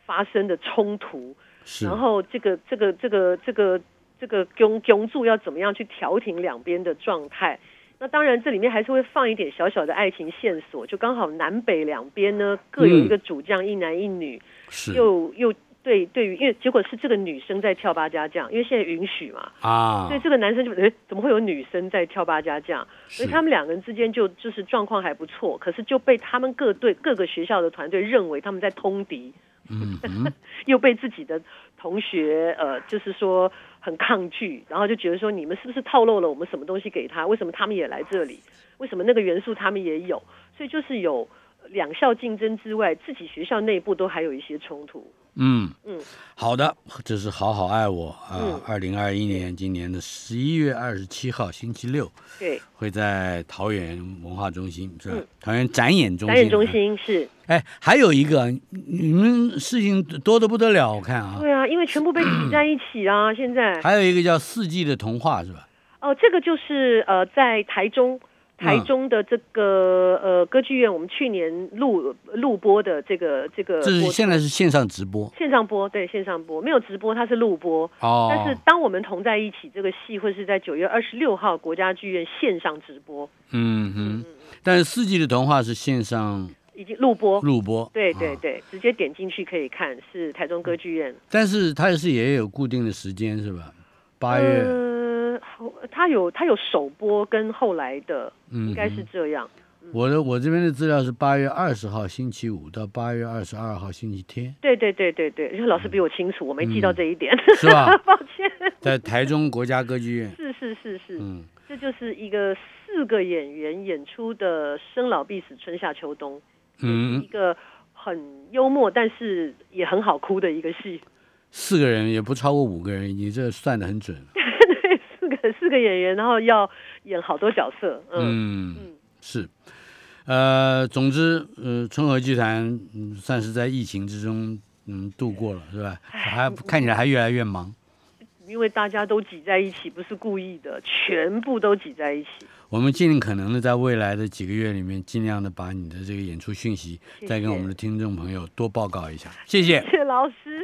Speaker 3: 发生的冲突，
Speaker 2: 是，
Speaker 3: 然后这个这个这个这个这个囧囧柱要怎么样去调停两边的状态？那当然，这里面还是会放一点小小的爱情线索，就刚好南北两边呢各有一个主将，一男一女，
Speaker 2: 是
Speaker 3: 又又对对于，因为结果是这个女生在跳八家将，因为现在允许嘛，
Speaker 2: 啊
Speaker 3: 所以，这个男生就诶怎么会有女生在跳八家将？所
Speaker 2: 是
Speaker 3: 以他们两个人之间就就是状况还不错，可是就被他们各队各个学校的团队认为他们在通敌，
Speaker 2: 嗯哼，
Speaker 3: 又被自己的同学呃，就是说很抗拒，然后就觉得说你们是不是透露了我们什么东西给他？为什么他们也来这里？为什么那个元素他们也有？所以就是有两校竞争之外，自己学校内部都还有一些冲突。
Speaker 2: 嗯
Speaker 3: 嗯，
Speaker 2: 好的，这是好好爱我啊
Speaker 3: 嗯，
Speaker 2: 二零二一年今年的十一月二十七号星期六
Speaker 3: 对，
Speaker 2: 会在桃园文化中心是吧
Speaker 3: 嗯？
Speaker 2: 桃园展演中
Speaker 3: 展演
Speaker 2: 心，
Speaker 3: 中。心是
Speaker 2: 哎，还有一个，你们事情多得不得了，我看啊，
Speaker 3: 对啊，因为全部被挤在一起啊，现在
Speaker 2: 还有一个叫《四季的童话》是吧？
Speaker 3: 哦，这个就是呃，在台中。台
Speaker 2: 嗯
Speaker 3: 中的这个呃歌剧院，我们去年录录播的这个这个
Speaker 2: 这是
Speaker 3: 播
Speaker 2: 现在是线上直播
Speaker 3: 线上播，对线上播没有直播，它是录播。
Speaker 2: 哦，
Speaker 3: 但是当我们同在一起，这个戏会是在九月二十六号国家剧院线上直播，
Speaker 2: 嗯哼，但是《四季的童话》是线上
Speaker 3: 已经录播。
Speaker 2: 录播，
Speaker 3: 对对
Speaker 2: 啊嗯
Speaker 3: 对，直接点进去可以看，是台中歌剧院。
Speaker 2: 但是它是也有固定的时间是吧？八月，
Speaker 3: 呃，好它有它有首播跟后来的，
Speaker 2: 嗯哼
Speaker 3: 应该是这样。
Speaker 2: 我的我这边的资料是八月二十号星期五到八月二十二号星期天，
Speaker 3: 对对对对对，因为老师比我清楚，我没记
Speaker 2: 嗯
Speaker 3: 到这一点，
Speaker 2: 是吧？
Speaker 3: 抱歉。
Speaker 2: 在台中国家歌剧院，
Speaker 3: 是是是是，
Speaker 2: 嗯，
Speaker 3: 这就是一个四个演员演出的生老病死春夏秋冬，
Speaker 2: 嗯
Speaker 3: 一个很幽默但是也很好哭的一个戏。
Speaker 2: 四个人也不超过五个人，你这算的很准，
Speaker 3: 对，四个四个演员，然后要演好多角色，嗯，
Speaker 2: 嗯，是，呃，总之，呃，春和剧团、嗯、算是在疫情之中，嗯，度过了，是吧？还看起来还越来越忙。
Speaker 3: 因为大家都挤在一起，不是故意的，全部都挤在一起。
Speaker 2: 我们尽可能的在未来的几个月里面，尽量的把你的这个演出讯息，
Speaker 3: 谢谢
Speaker 2: 再跟我们的听众朋友多报告一下。谢谢。
Speaker 3: 谢谢老师。